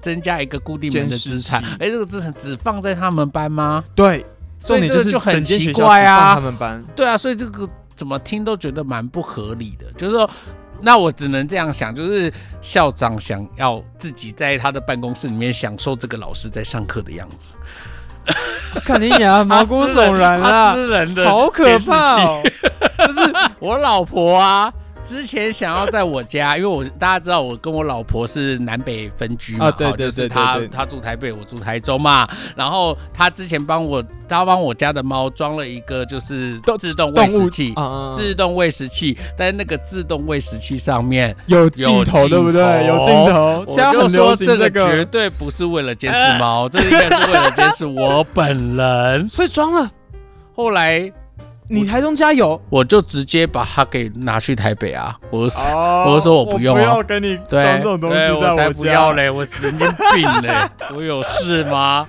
Speaker 1: 增加一个固定门的资产
Speaker 3: 监视器，
Speaker 1: 哎，这个资产只放在他们班吗？
Speaker 3: 对，
Speaker 1: 所
Speaker 3: 重
Speaker 1: 以
Speaker 3: 点
Speaker 1: 这个
Speaker 3: 是
Speaker 1: 就很
Speaker 3: 整间
Speaker 1: 奇
Speaker 3: 学校
Speaker 1: 怪
Speaker 3: 只放他
Speaker 1: 啊！*laughs*
Speaker 3: 们班
Speaker 1: 对啊，所以这个怎么听都觉得蛮不合理的。就是说，那我只能这样想，就是校长想要自己在他的办公室里面享受这个老师在上课的样子，
Speaker 2: 看你俩毛骨悚然
Speaker 1: 他
Speaker 3: 啊
Speaker 2: 啦，
Speaker 1: 私人的
Speaker 2: 好可怕
Speaker 1: 监视器！
Speaker 2: 哦！就是
Speaker 1: 我老婆啊，之前想要在我家，因为我大家知道我跟我老婆是南北分居嘛，
Speaker 3: 啊对
Speaker 1: 好
Speaker 3: 对
Speaker 1: 就是
Speaker 3: 对对
Speaker 1: 她
Speaker 3: 对
Speaker 1: 她住台北，我住台中嘛。然后她之前帮我，她帮我家的猫装了一个就是
Speaker 3: 动
Speaker 1: 自动
Speaker 3: 动
Speaker 1: 喂
Speaker 3: 物
Speaker 1: 食器， *laughs*
Speaker 3: 啊，
Speaker 1: 自动喂食器，但那个自动喂食器上面，
Speaker 3: 有镜
Speaker 1: 有
Speaker 3: 头对不对？
Speaker 1: 镜
Speaker 3: 有
Speaker 1: 头
Speaker 3: 镜头，现
Speaker 1: 我
Speaker 3: 在
Speaker 1: 就
Speaker 3: 很流
Speaker 1: 说
Speaker 3: 行
Speaker 1: 这个绝
Speaker 3: 个。
Speaker 1: 对不是为了监视
Speaker 3: *laughs*
Speaker 1: 猫，这应该是为了监视我本人。
Speaker 4: 所以装了，
Speaker 1: 后来
Speaker 3: 你台中加油，
Speaker 1: 我就直接把它给拿去台北啊，我死。
Speaker 3: 哦
Speaker 1: 我就说我不用啊
Speaker 3: 我不要跟你
Speaker 1: 对，
Speaker 3: 装这种东西
Speaker 1: 对
Speaker 3: 在
Speaker 1: 我才
Speaker 3: 家。
Speaker 1: 不要嘞！我神经病嘞！我有事吗？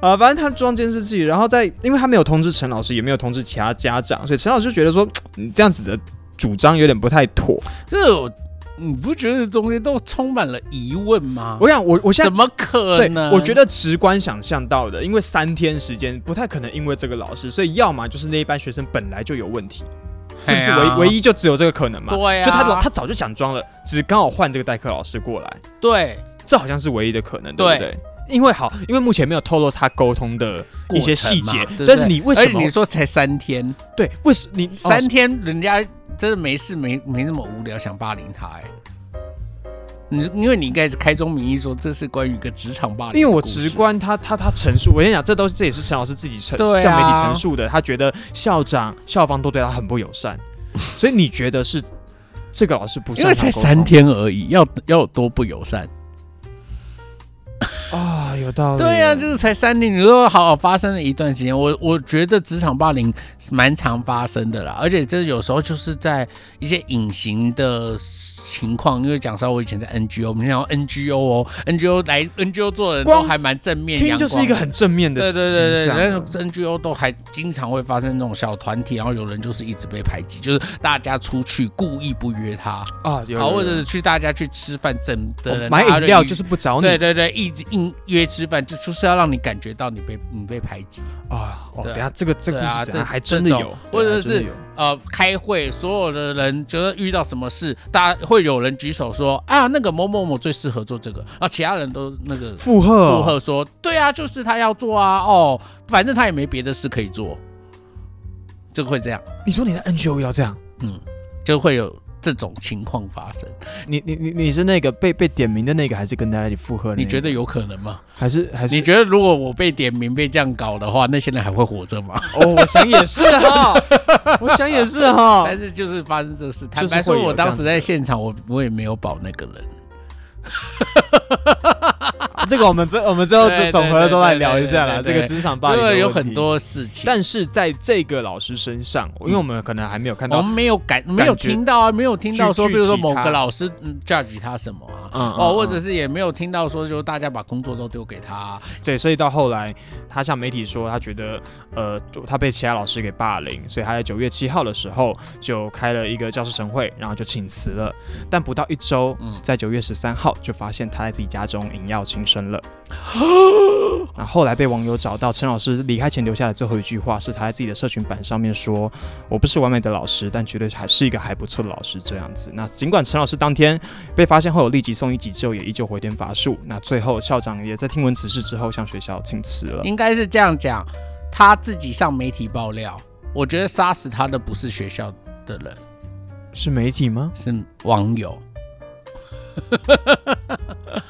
Speaker 3: 啊，反正他装监视器，然后再，因为他没有通知陈老师，也没有通知其他家长，所以陈老师就觉得说，你这样子的主张有点不太妥。
Speaker 1: 这我你不觉得中间都充满了疑问吗？
Speaker 3: 我想，我我现在
Speaker 1: 怎么可
Speaker 3: 对
Speaker 1: 能？，
Speaker 3: 我觉得直观想象到的，因为三天时间不太可能因为这个老师，所以要么就是那一班学生本来就有问题，是不是
Speaker 1: 哎
Speaker 3: 唯、
Speaker 1: 呀
Speaker 3: 唯一就只有这个可能嘛？
Speaker 1: 对啊
Speaker 3: 就他老他早就想装了，只刚好换这个代课老师过来，
Speaker 1: 对
Speaker 3: 这好像是唯一的可能，对
Speaker 1: 对
Speaker 3: 不对？因为好，因为目前没有透露他沟通的一些细节
Speaker 1: 过程嘛对不对
Speaker 3: 但是你为什么
Speaker 1: 而且你说才三天？
Speaker 3: 对，为什你哦
Speaker 1: 三天，人家真的没事没没那么无聊，想霸凌他哎、你因为你应该是开宗明义说这是关于一个职场霸凌的故事，
Speaker 3: 因为我直观他他他陈述，我跟你讲，这都是这也是陈老师自己陈、
Speaker 1: 对啊
Speaker 3: 向媒体陈述的，他觉得校长校方都对他很不友善，所以你觉得是这个老师不善
Speaker 1: 因为才三天而已，要要有多不友善？
Speaker 3: 啊、有道理，
Speaker 1: 对呀、就是才三天，你说好好发生了一段时间，我我觉得职场霸凌蛮常发生的啦，而且这有时候就是在一些隐形的情况，因为讲实话，我以前在 NGO，我们想到 NGO 哦，NGO 来 NGO 做的人都
Speaker 3: 光
Speaker 1: 还蛮正面，
Speaker 3: 听就是一个
Speaker 1: 阳光的。
Speaker 3: 很正面的
Speaker 1: 对对对对，
Speaker 3: 形象啊
Speaker 1: 那种 NGO 都还经常会发生那种小团体，然后有人就是一直被排挤，就是大家出去故意不约他，
Speaker 3: 啊，有
Speaker 1: 好，
Speaker 3: 有
Speaker 1: 或者
Speaker 3: 有
Speaker 1: 是去大家去吃饭，整的人
Speaker 3: 哦买
Speaker 1: 大家
Speaker 3: 饮料
Speaker 1: 一
Speaker 3: 就是不找你
Speaker 1: 对对对，一直硬约吃饭，就就是要让你感觉到你被你被排挤。
Speaker 3: 啊，哦，
Speaker 1: 对啊
Speaker 3: 等一下这个这个故
Speaker 1: 对啊
Speaker 3: 事怎样
Speaker 1: 这
Speaker 3: 还真的
Speaker 1: 这
Speaker 3: 有
Speaker 1: 种，或者
Speaker 3: 对啊真的
Speaker 1: 是
Speaker 3: 有
Speaker 1: 呃，开会所有的人觉得遇到什么事，大家会有人举手说啊，那个某某某最适合做这个，然后其他人都那个
Speaker 3: 附和
Speaker 1: 附
Speaker 3: 哦
Speaker 1: 和说，对啊，就是他要做啊，哦，反正他也没别的事可以做，就会这样，
Speaker 3: 你说你的 NGO 要这样，
Speaker 1: 就会有这种情况发生。
Speaker 4: 你你你你是那个被被点名的那个，还是跟大家一起附和的那个？
Speaker 1: 你觉得有可能吗？
Speaker 4: 还是还是
Speaker 1: 你觉得如果我被点名被这样搞的话，那些人还会活着吗？
Speaker 3: 哦，我想也是 *laughs* 哈，我想也是哈，
Speaker 1: 但是就是发生这个事，坦
Speaker 3: 就是
Speaker 1: 白说，
Speaker 3: 会有
Speaker 1: 我当
Speaker 3: 这样
Speaker 1: 时
Speaker 3: 子
Speaker 1: 在
Speaker 3: 的
Speaker 1: 现场，我我也没有保那个人。
Speaker 3: *laughs* 这个我们这我们之后
Speaker 1: 对对
Speaker 3: 总合的时候
Speaker 1: 对
Speaker 3: 来
Speaker 1: 对
Speaker 3: 聊一下啦，
Speaker 1: 对对
Speaker 3: 这
Speaker 1: 对
Speaker 3: 个职场霸
Speaker 1: 因
Speaker 3: 凌的
Speaker 1: 为有
Speaker 3: 问题
Speaker 1: 很多事情，
Speaker 3: 但是在这个老师身上，因为我们可能还没有看
Speaker 1: 我
Speaker 3: 到，
Speaker 1: 们没有感，没有
Speaker 3: 感觉
Speaker 1: 听到啊，没有听到说，
Speaker 3: 具
Speaker 1: 比如说
Speaker 3: 具体
Speaker 1: 某
Speaker 3: 他
Speaker 1: 个老师嗯 judge 他什么啊，
Speaker 3: 嗯
Speaker 1: 哦，或者是也没有听到说，就大家把工作都丢给他啊，
Speaker 3: 对，所以到后来，他向媒体说，他觉得呃，他被其他老师给霸凌，所以他在九月七号的时候就开了一个教师晨会，然后就请辞了。但不到一周，
Speaker 1: 嗯
Speaker 3: 在九月十三号就发现他在自己家中饮药轻生了。那后来被网友找到，陈老师离开前留下的最后一句话是他在自己的社群版上面说：“我不是完美的老师，但绝对还是一个还不错的老师。”这样子。那尽管陈老师当天被发现后有立即送医急救，也依旧回天乏术。那最后校长也在听闻此事之后向学校请辞了。
Speaker 1: 应该是这样讲，他自己上媒体爆料，我觉得杀死他的不是学校的人，
Speaker 4: 是媒体吗？
Speaker 1: 是网友，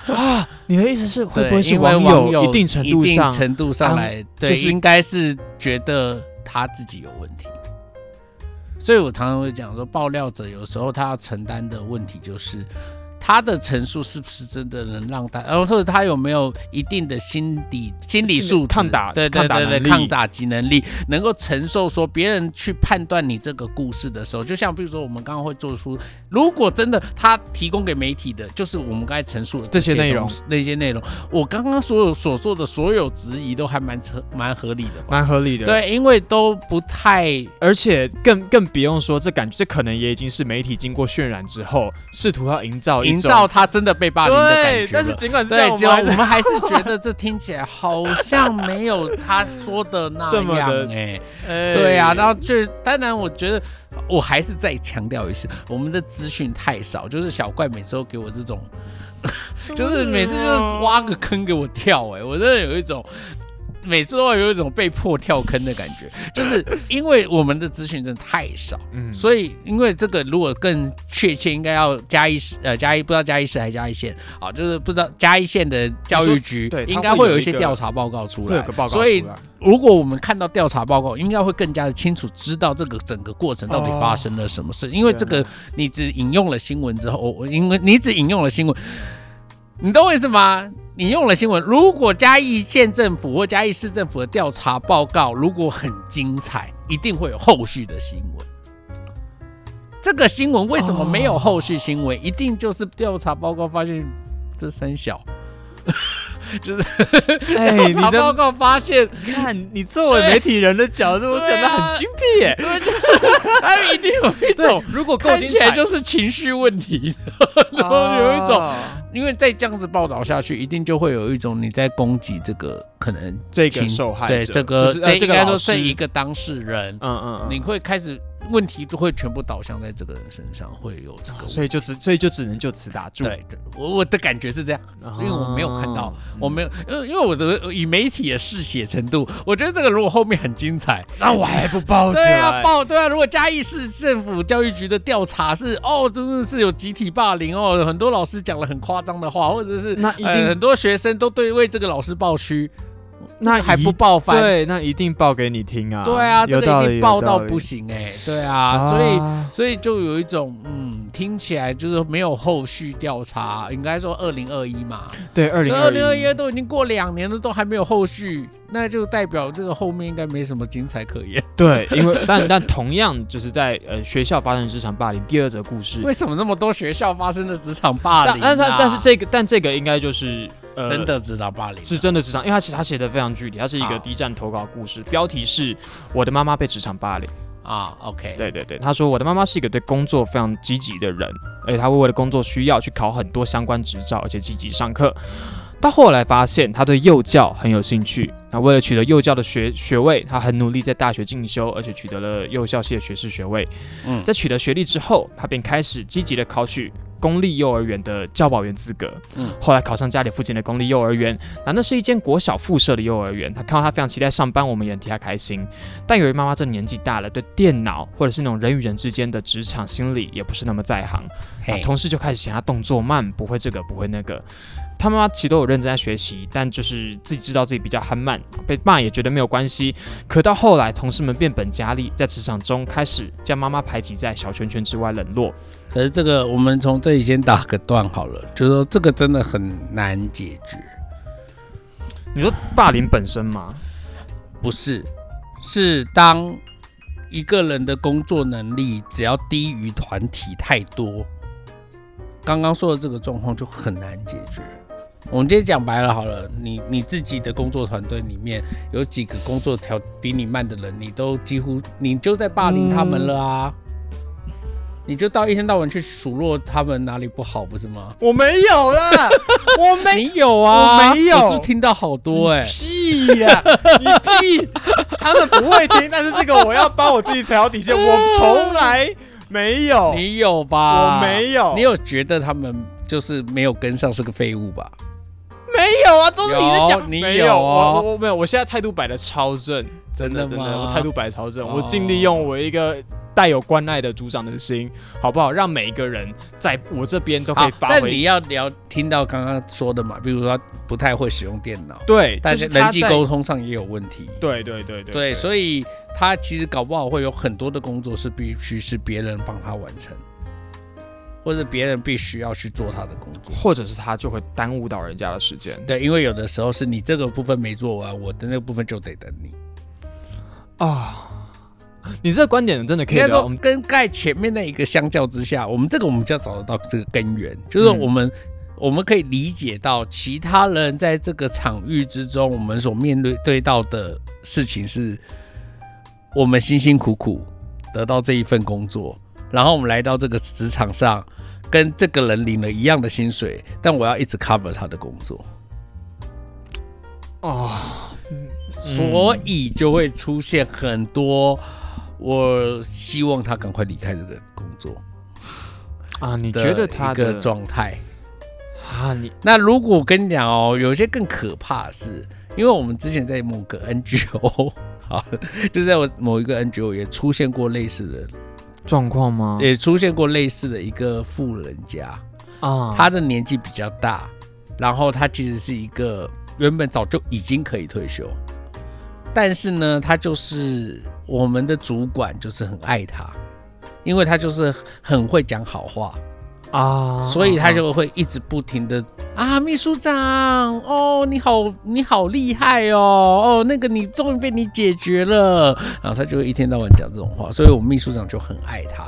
Speaker 4: 啊，你的意思是会
Speaker 1: 对
Speaker 4: 不会是
Speaker 1: 因为
Speaker 4: 网
Speaker 1: 友
Speaker 4: 一定程度
Speaker 1: 一定
Speaker 4: 上
Speaker 1: 程度上
Speaker 4: 安
Speaker 1: 来，对，
Speaker 4: 就是
Speaker 1: 应该是觉得他自己有问题。所以我常常会讲说，爆料者有时候他要承担的问题就是。他的陈述是不是真的能让他，然后或者他有没有一定的心理心理素质、
Speaker 3: 抗打
Speaker 1: 对对
Speaker 3: 抗打
Speaker 1: 对对
Speaker 3: 能力
Speaker 1: 抗打击能力，能够承受说别人去判断你这个故事的时候，就像比如说我们刚刚会做出，如果真的他提供给媒体的，就是我们刚才陈述的
Speaker 3: 这些内容
Speaker 1: 东西那些内容，我刚刚所有所做的所有质疑都还蛮合蛮合理的吧？
Speaker 3: 蛮合理的。，
Speaker 1: 对，因为都不太
Speaker 3: 而且更更不用说，这感觉这可能也已经是媒体经过渲染之后，试图要营造一种
Speaker 1: 营造他真的被霸凌的感
Speaker 3: 对
Speaker 1: 觉，。
Speaker 3: 但是尽管是这样，
Speaker 1: 对，
Speaker 3: 我
Speaker 1: 结果
Speaker 3: 们还
Speaker 1: 我
Speaker 3: 是
Speaker 1: 们还是觉得这听起来好像没有他说的那
Speaker 3: *laughs* 这么
Speaker 1: 样
Speaker 3: 的
Speaker 1: 哎、
Speaker 3: 哎
Speaker 1: 对啊，然后就是当然，我觉得我还是再强调一次，我们的资讯太少，就是小怪每次都给我这种， *laughs* 就是每次就是挖个坑给我跳、哎，我真的有一种。每次都会有一种被迫跳坑的感
Speaker 2: *laughs*
Speaker 1: 觉，就是因为我们的资讯真的太少，
Speaker 2: 嗯
Speaker 1: 所以因为这个如果更确切，应该要嘉义市呃嘉义不知道嘉义市还是嘉义县啊，就是不知道嘉义县的教育局
Speaker 2: 对它
Speaker 1: 应该
Speaker 2: 会
Speaker 1: 会
Speaker 2: 有
Speaker 1: 有一
Speaker 2: 一
Speaker 1: 些
Speaker 2: 个
Speaker 1: 调查报告出
Speaker 2: 会有
Speaker 1: 来
Speaker 2: 个，报告出
Speaker 1: 所以 *laughs*
Speaker 2: 来，
Speaker 1: 如果我们看到调查报告，应该会更加的清楚知道这个整个过程到底发生了什么事。因为这个你只引用了新闻之后，我哦我因为你只引用了新闻，你懂我意思吗？引用了新闻，如果嘉义县政府或嘉义市政府的调查报告如果很精彩，一定会有后续的新闻。这个新闻为什么没有后续新闻？一定就是调查报告发现这三小
Speaker 2: 哦哎，
Speaker 1: 调
Speaker 2: 你
Speaker 1: 查报
Speaker 2: 的
Speaker 1: 告啊发现
Speaker 2: 看，你作为媒体人的角度，我讲的很精辟耶。 *laughs*
Speaker 1: 对，就是他们一定有一种
Speaker 2: 如果够
Speaker 1: 看
Speaker 2: 精
Speaker 1: 起来
Speaker 2: 彩，啊
Speaker 1: 就是情绪问题， *laughs* 然后有一种，
Speaker 3: 哦
Speaker 1: 因为再这样子报道下去，一定就会有一种你在攻击这个可能
Speaker 2: 这
Speaker 1: 情
Speaker 2: 个受害
Speaker 1: 对
Speaker 2: 者
Speaker 1: 这个
Speaker 2: 就是
Speaker 1: 这
Speaker 2: 呃
Speaker 1: 应
Speaker 2: 这个
Speaker 1: 该
Speaker 2: 老
Speaker 1: 说
Speaker 2: 师
Speaker 1: 是一个当事人，
Speaker 2: 嗯嗯，
Speaker 1: 你
Speaker 2: 嗯
Speaker 1: 会开始问题都会全部倒向在这个人身上，会有这个问
Speaker 2: 所以就只所以就只能就此打住，
Speaker 1: 对对，我我的感觉是这样，
Speaker 2: 啊
Speaker 1: 因为我没有看到，我没有，因为因为我的呃以媒体的嗜血程度，我觉得这个如果后面很精彩，
Speaker 2: 那我还不报起
Speaker 1: 对啊，
Speaker 2: 来？
Speaker 1: 报对啊，如果嘉义市政府教育局的调查是哦，真的是有集体霸凌哦，很多老师讲了很夸张的话，或者是
Speaker 2: 那一定
Speaker 1: 呃很多学生都对为这个老师抱屈，
Speaker 2: 那
Speaker 1: 还
Speaker 2: 一
Speaker 1: 不爆翻？
Speaker 2: 对，那一定报给你听啊！
Speaker 1: 对啊，这
Speaker 2: 有
Speaker 1: 个
Speaker 2: 道
Speaker 1: 一
Speaker 2: 理，
Speaker 1: 定爆
Speaker 2: 有
Speaker 1: 到
Speaker 2: 道理
Speaker 1: 不行哎、对啊，所以所以就有一种嗯，听起来就是没有后续调查，应该说二零二一嘛，
Speaker 2: 对二零
Speaker 1: 二零二
Speaker 2: 一
Speaker 1: 一都已经过两年了，都还没有后续，那就代表这个后面应该没什么精彩可言。
Speaker 2: 对，
Speaker 3: 因为但但同样就是在呃学校发生职场霸凌第二则故事，
Speaker 1: 为什么那么多学校发生的职场霸凌、
Speaker 3: 但
Speaker 1: 啊？
Speaker 3: 但是但是这个但这个应该就是呃
Speaker 1: 真的职场霸凌啊
Speaker 3: 是真的职场，因为他写他写的非常具体，他是一
Speaker 1: 好
Speaker 3: 个 D 站投稿故事，标题是“我的妈妈被职场霸凌”。
Speaker 1: 啊，OK，
Speaker 3: 对对对，他说我的妈妈是一个对工作非常积极的人，而且她会为了工作需要去考很多相关执照，而且积极上课。到后来发现她对幼教很有兴趣，那为了取得幼教的学学位，她很努力在大学进修，而且取得了幼教系的学士学位。
Speaker 1: 嗯
Speaker 3: 在取得学历之后，她便开始积极的考取。公立幼儿园的教保员资格，
Speaker 1: 嗯
Speaker 3: 后来考上家里附近的公立幼儿园，那那是一间国小附设的幼儿园。她看到她非常期待上班，我们也很替她开心。但由于妈妈这年纪大了，对电脑或者是那种人与人之间的职场心理也不是那么在行，啊
Speaker 1: 嘿，
Speaker 3: 同事就开始嫌她动作慢，不会这个不会那个。她妈妈其实都有认真在学习，但就是自己知道自己比较憨慢，被骂也觉得没有关系。可到后来，同事们变本加厉，在职场中开始将妈妈排挤在小圈圈之外，冷落。
Speaker 1: 可呃是这个我们从这里先打个段好了，就是说这个真的很难解决，
Speaker 3: 你说霸凌本身吗？
Speaker 1: 不是，是当一个人的工作能力只要低于团体太多，刚刚说的这个状况就很难解决。我们今天讲白了好了，你你自己的工作团队里面有几个工作条比你慢的人，你都几乎你就在霸凌他们了啊！你就到一天到晚去数落他们哪里不好，不是吗？
Speaker 2: *laughs* 我没有
Speaker 3: *laughs*
Speaker 2: 啦，我没
Speaker 1: 你有啊，
Speaker 2: 我没有
Speaker 1: 我就听到好多哎、
Speaker 2: 屁呀、你屁！他们不会听，但是这个我要帮我自己踩好底线，我从来没有，
Speaker 1: 你有吧？
Speaker 2: 我没有，
Speaker 1: 你有觉得他们就是没有跟上是个废物吧？
Speaker 2: 没有啊？都是你在
Speaker 1: 有
Speaker 2: 讲，
Speaker 1: 你
Speaker 2: 没
Speaker 1: 有哦
Speaker 2: 我我没有，我现在态度摆的超正，真的
Speaker 1: 真的
Speaker 2: 真
Speaker 1: 吗
Speaker 2: 的，我态度摆得超正，
Speaker 1: 哦
Speaker 2: 我尽力用我一个。带有关爱的组长的心，好不好？让每一个人在我这边都可以发
Speaker 1: 但你
Speaker 2: 挥。
Speaker 1: 要聊听到刚刚说的嘛，比如说他不太会使用电脑，
Speaker 2: 对，
Speaker 1: 但
Speaker 2: 就是他
Speaker 1: 人际
Speaker 2: 在
Speaker 1: 沟通上也有问题。
Speaker 2: 对对对对
Speaker 1: 对，所以他其实搞不好会有很多的工作是必须是别人帮他完成，或者别人必须要去做他的工作。
Speaker 3: 或者是他就会耽误到人家的时间
Speaker 1: 对，因为有的时候是你这个部分没做完，我的那个部分就得等你。
Speaker 3: 啊、你这个观点真的可
Speaker 1: 应
Speaker 3: 以
Speaker 1: 该
Speaker 3: 聊，我
Speaker 1: 说
Speaker 3: 们，
Speaker 1: 跟盖前面那一个相较之下，我们这个我们就要找得到这个根源，就是
Speaker 3: 嗯
Speaker 1: 我们、我们可以理解到其他人在这个场域之中，我们所面对对到的事情是，我们辛辛苦苦得到这一份工作，然后我们来到这个职场上，跟这个人领了一样的薪水，但我要一直 cover 他的工作。所以就会出现很多，我希望他赶快离开这个工作。
Speaker 3: 啊，你
Speaker 1: 的
Speaker 3: 觉得他
Speaker 1: 一个
Speaker 3: 的
Speaker 1: 状态。
Speaker 3: 啊，你
Speaker 1: 那如果我跟你讲哦，有一些更可怕的是，因为我们之前在某个 NGO，好， *laughs* 就在我某一个 NGO 也出现过类似的，
Speaker 3: 状况吗？
Speaker 1: 也出现过类似的一个富人家，
Speaker 3: 啊，
Speaker 1: 他的年纪比较大，然后他其实是一个原本早就已经可以退休，但是呢，他就是我们的主管就是很爱他，因为他就是很会讲好话，
Speaker 3: 啊，
Speaker 1: 所以他就会一直不停的啊，秘书长哦，你好，你好厉害哦，哦，那个你终于被你解决了，然后他就会一天到晚讲这种话，所以我们秘书长就很爱他。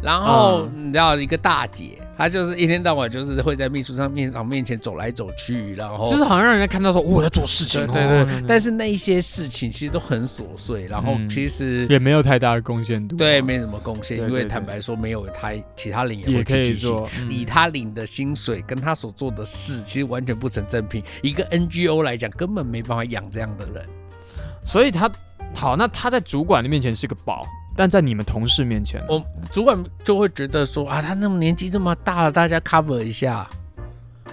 Speaker 1: 然后你知道一个大姐，她就是一天到晚就是会在秘书长面长面前走来走去，然后
Speaker 3: 就是好像让人家看到说我在做事情
Speaker 1: 对
Speaker 3: 哦，
Speaker 1: 对对，
Speaker 3: 但
Speaker 1: 但是那一些事情其实都很琐碎，然后
Speaker 5: 嗯
Speaker 1: 其实
Speaker 5: 也没有太大的贡献度，啊
Speaker 1: 对没什么贡
Speaker 5: 对
Speaker 1: 献，因
Speaker 5: 对
Speaker 1: 为
Speaker 5: 对
Speaker 1: 坦白说没有他其他人也
Speaker 5: 也
Speaker 1: 会
Speaker 5: 可
Speaker 1: 去
Speaker 5: 以嗯
Speaker 1: 提醒
Speaker 5: 做，
Speaker 1: 以他领的薪水跟他所做的事，其实完全不成正比。一个 NGO 来讲，根本没办法养这样的人。
Speaker 5: 所以他好，那他在主管的面前是个宝，但在你们同事面前，
Speaker 1: 我主管就会觉得说啊，他那么年纪这么大了，大家 cover 一下，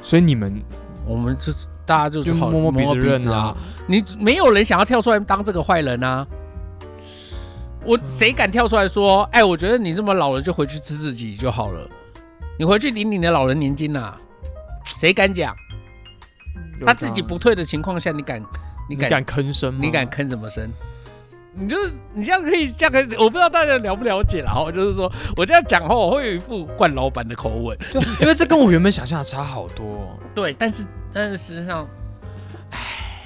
Speaker 5: 所以你们
Speaker 1: 我们就大家就
Speaker 5: 就
Speaker 1: 好
Speaker 5: 摸摸鼻
Speaker 1: 摸
Speaker 5: 子认
Speaker 1: 子啊。，你没有人想要跳出来当这个坏人啊！我
Speaker 5: 嗯
Speaker 1: 谁敢跳出来说？哎，我觉得你这么老了，就回去吃自己就好了。你回去领你的老人年金呐、啊谁敢讲？
Speaker 5: 有
Speaker 1: 他自己
Speaker 5: 道
Speaker 1: 不退的情况下，你敢？你
Speaker 5: 理，
Speaker 1: 敢
Speaker 5: 你敢吭声吗？
Speaker 1: 你敢吭什么声？嗯你就是你这样可以这样可以，我不知道大家了不了解啦。哦，就是说我这样讲话，我会有一副惯老板的口吻。
Speaker 3: 对，
Speaker 5: 啊
Speaker 3: 因为这跟我原本想象的差好多哦，
Speaker 1: 对，但是但是事实上，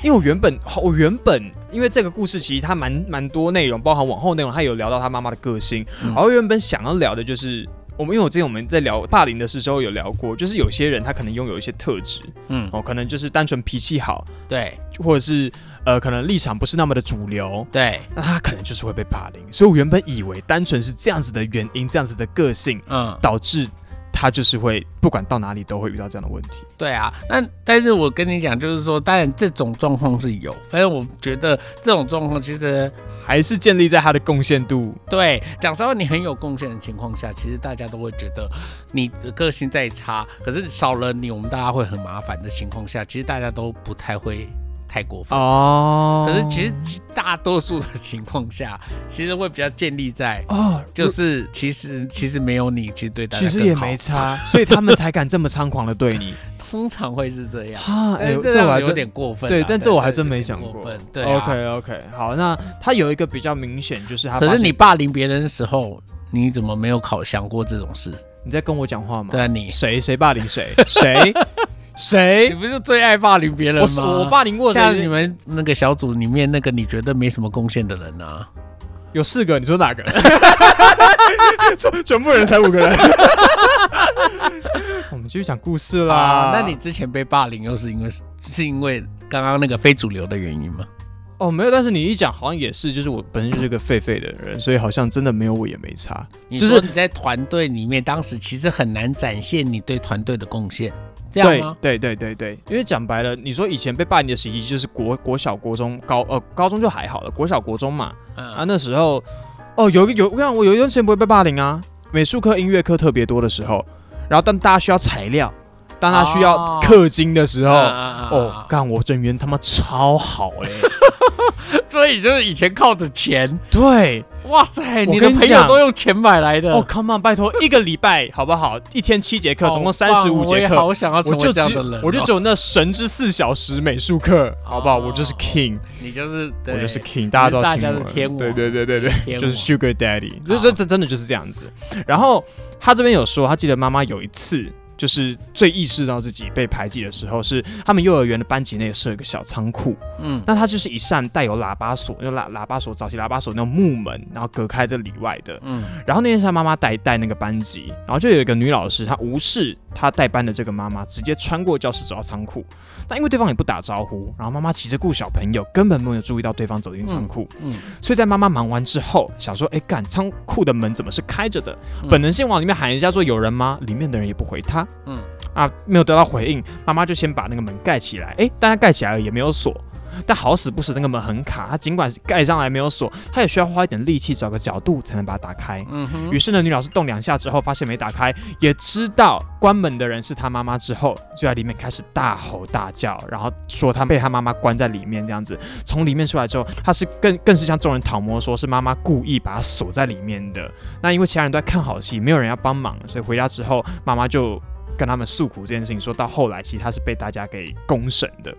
Speaker 3: 因为我原本我原本因为这个故事其实它蛮蛮多内容，包含往后内容，它有聊到他妈妈的个性，
Speaker 1: 嗯
Speaker 3: 然后原本想要聊的就是。我们因为我之前我们在聊霸凌的时候有聊过，就是有些人他可能拥有一些特质
Speaker 1: 嗯，
Speaker 3: 哦，可能就是单纯脾气好，
Speaker 1: 对
Speaker 3: 或者是呃可能立场不是那么的主流，
Speaker 1: 对，
Speaker 3: 那他可能就是会被霸凌。所以我原本以为单纯是这样子的原因，这样子的个性
Speaker 1: 嗯，
Speaker 3: 导致他就是会不管到哪里都会遇到这样的问题。
Speaker 1: 对啊。那但是我跟你讲，就是说，当然这种状况是有，反正我觉得这种状况其实
Speaker 3: 还是建立在他的贡献度。
Speaker 1: 对讲实话，你很有贡献的情况下，其实大家都会觉得你的个性再差，可是少了你，我们大家会很麻烦的情况下，其实大家都不太会太过分。
Speaker 3: 哦
Speaker 1: 可是其实其大多数的情况下， *laughs* 其实会比较建立在，
Speaker 3: 哦，
Speaker 1: 就是其实其实没有你，其实对大家
Speaker 3: 其实
Speaker 1: 更
Speaker 3: 也
Speaker 1: 好
Speaker 3: 没差，所以他们才敢这么猖狂的对
Speaker 1: *laughs*
Speaker 3: 你
Speaker 1: 通常会是这样。
Speaker 3: 哈， *laughs* 哎、
Speaker 1: 哎，
Speaker 3: 这我
Speaker 1: 样
Speaker 3: 还
Speaker 1: 有
Speaker 3: 真
Speaker 1: 点过分啊。
Speaker 3: 对，但这我还真没
Speaker 1: 有
Speaker 3: 想
Speaker 1: 点
Speaker 3: 过
Speaker 1: 过。分，对啊
Speaker 3: OK OK，好，那他有一个比较明显，就是他发现。
Speaker 1: 可是你霸凌别人的时候，你怎么没有考想过这种事？
Speaker 3: 你在跟我讲话吗？
Speaker 1: 对啊，你
Speaker 3: 谁谁霸凌谁？谁
Speaker 1: *laughs* 你
Speaker 3: 谁？
Speaker 1: 不是最爱霸凌别人
Speaker 3: 哎我
Speaker 1: 吗？
Speaker 3: 是我霸凌过
Speaker 1: 像你
Speaker 3: 谁？
Speaker 1: 们那个小组里面那个你觉得没什么贡献的人啊，
Speaker 3: 有四个，你说哪个？
Speaker 1: *laughs*
Speaker 3: 全全部人才五个人。我们继续讲故事啦。
Speaker 1: 啊，那你之前被霸凌又是因为是因为刚刚那个非主流的原因吗？
Speaker 3: 哦没有，但是你一讲好像也是，就是我本身就是个狒狒的人，所以好像真的没有我也没差。
Speaker 1: 你
Speaker 3: 就是
Speaker 1: 说你在团队里面，当时其实很难展现你对团队的贡献，这样吗？
Speaker 3: 对对对对对，因为讲白了，你说以前被霸凌的时期就是国国小、国中、高呃高中就还好了，国小、国中嘛啊
Speaker 1: 嗯，
Speaker 3: 那时候哦有一个有我看我有一段时间不会被霸凌啊，美术课、音乐课特别多的时候，然后当大家需要材料，当他需要
Speaker 1: 哦
Speaker 3: 氪金的时候。哦
Speaker 1: 哦，，
Speaker 3: 干我人缘他妈超好哎、
Speaker 1: *laughs* 所以就是以前靠着钱， *laughs*
Speaker 3: 对，
Speaker 1: 哇塞，
Speaker 3: 我
Speaker 1: 你的
Speaker 3: 跟你
Speaker 1: 朋
Speaker 3: 讲
Speaker 1: 友都用钱买来的，
Speaker 3: 哦，come on，拜托，一个礼拜好不好？一天七节课，
Speaker 1: 好
Speaker 3: 总共
Speaker 1: 棒
Speaker 3: 三十五
Speaker 1: 我
Speaker 3: 节
Speaker 1: 也
Speaker 3: 课，
Speaker 1: 好想要
Speaker 3: 我
Speaker 1: 成
Speaker 3: 就
Speaker 1: 为这
Speaker 3: 只
Speaker 1: 样的人哦，
Speaker 3: 我就只有那神之四小时美术课，好不好？我就是
Speaker 1: 哦
Speaker 3: king，
Speaker 1: 你就是
Speaker 3: 我就是
Speaker 1: 对
Speaker 3: king，大家都要听
Speaker 1: 大家
Speaker 3: 我
Speaker 1: 的
Speaker 3: 的。
Speaker 1: 天王啊
Speaker 3: 对对对对对，
Speaker 1: 天
Speaker 3: 就是
Speaker 1: 王
Speaker 3: sugar daddy，这
Speaker 1: 好
Speaker 3: 这这真的就是这样子。然后他这边有说，他记得妈妈有一次。就是最意识到自己被排挤的时候，是他们幼儿园的班级内设有一个小仓库，
Speaker 1: 嗯
Speaker 3: 那它就是一扇带有喇叭锁，就喇喇叭锁，早期喇叭锁那种木门，然后隔开这里外的。
Speaker 1: 嗯
Speaker 3: 然后那天是他妈妈带带那个班级，然后就有一个女老师，她无视她带班的这个妈妈，直接穿过教室走到仓库。但因为对方也不打招呼，然后妈妈急着顾小朋友，根本没有注意到对方走进仓库。
Speaker 1: 嗯嗯
Speaker 3: 所以在妈妈忙完之后，想说，哎，干仓库的门怎么是开着的？
Speaker 1: 嗯
Speaker 3: 本能性往里面喊一下说有人吗？里面的人也不回她。
Speaker 1: 嗯
Speaker 3: 啊，没有得到回应，妈妈就先把那个门盖起来。哎，但她盖起来了也没有锁。但好死不死那个门很卡，它尽管盖上来没有锁，它也需要花一点力气找个角度才能把它打开。
Speaker 1: 嗯哼，
Speaker 3: 于是呢，女老师动两下之后，发现没打开，也知道关门的人是她妈妈之后，就在里面开始大吼大叫，然后说她被她妈妈关在里面这样子。从里面出来之后，她是更更是向众人讨摸，说是妈妈故意把她锁在里面的。那因为其他人都在看好戏，没有人要帮忙，所以回家之后，妈妈就跟他们诉苦这件事情，说到后来其实她是被大家给公审的。
Speaker 1: 嗯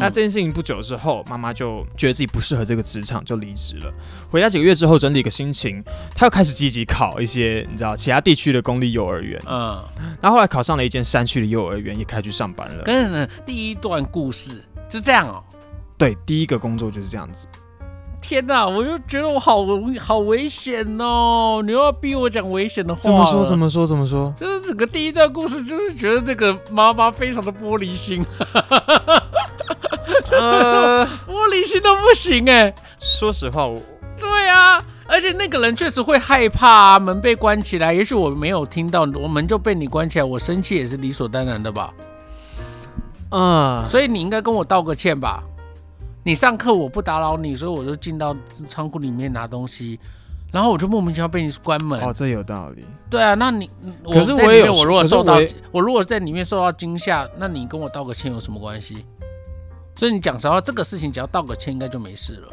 Speaker 3: 那这件事情不久之后，妈妈就觉得自己不适合这个职场，就离职了。回家几个月之后，整理一个心情，她又开始积极考一些你知道其他地区的公立幼儿园。
Speaker 1: 嗯，
Speaker 3: 然后后来考上了一间山区的幼儿园，也开始去上班了。
Speaker 1: 跟人第一段故事就这样哦。
Speaker 3: 对，第一个工作就是这样子。
Speaker 1: 天哪，我就觉得我好好危险哦！你又要逼我讲危险的话，
Speaker 3: 怎么说？怎
Speaker 1: 么？
Speaker 3: 么说？怎么说？
Speaker 1: 就是整个第一段故事，就是觉得这个妈妈非常的玻璃心，
Speaker 3: 呃，
Speaker 1: *laughs* 玻璃心都不行哎、
Speaker 3: 说实话，我
Speaker 1: 对啊，而且那个人确实会害怕啊，门被关起来。也许我没有听到，我门就被你关起来，我生气也是理所当然的吧。
Speaker 3: 啊、
Speaker 1: 所以你应该跟我道个歉吧。你上课我不打扰你，所以我就进到仓库里面拿东西，然后我就莫名其妙被你关门。
Speaker 3: 哦，这有道理。
Speaker 1: 对啊，那你
Speaker 3: 可是
Speaker 1: 我
Speaker 3: 我
Speaker 1: 在
Speaker 3: 也
Speaker 1: 里
Speaker 3: 有
Speaker 1: 面我如果
Speaker 3: 可是
Speaker 1: 受到
Speaker 3: 我也
Speaker 1: 我如果在里面受到惊吓，那你跟我道个歉有什么关系？所以你讲实话，这个事情只要道个歉，应该就没事了。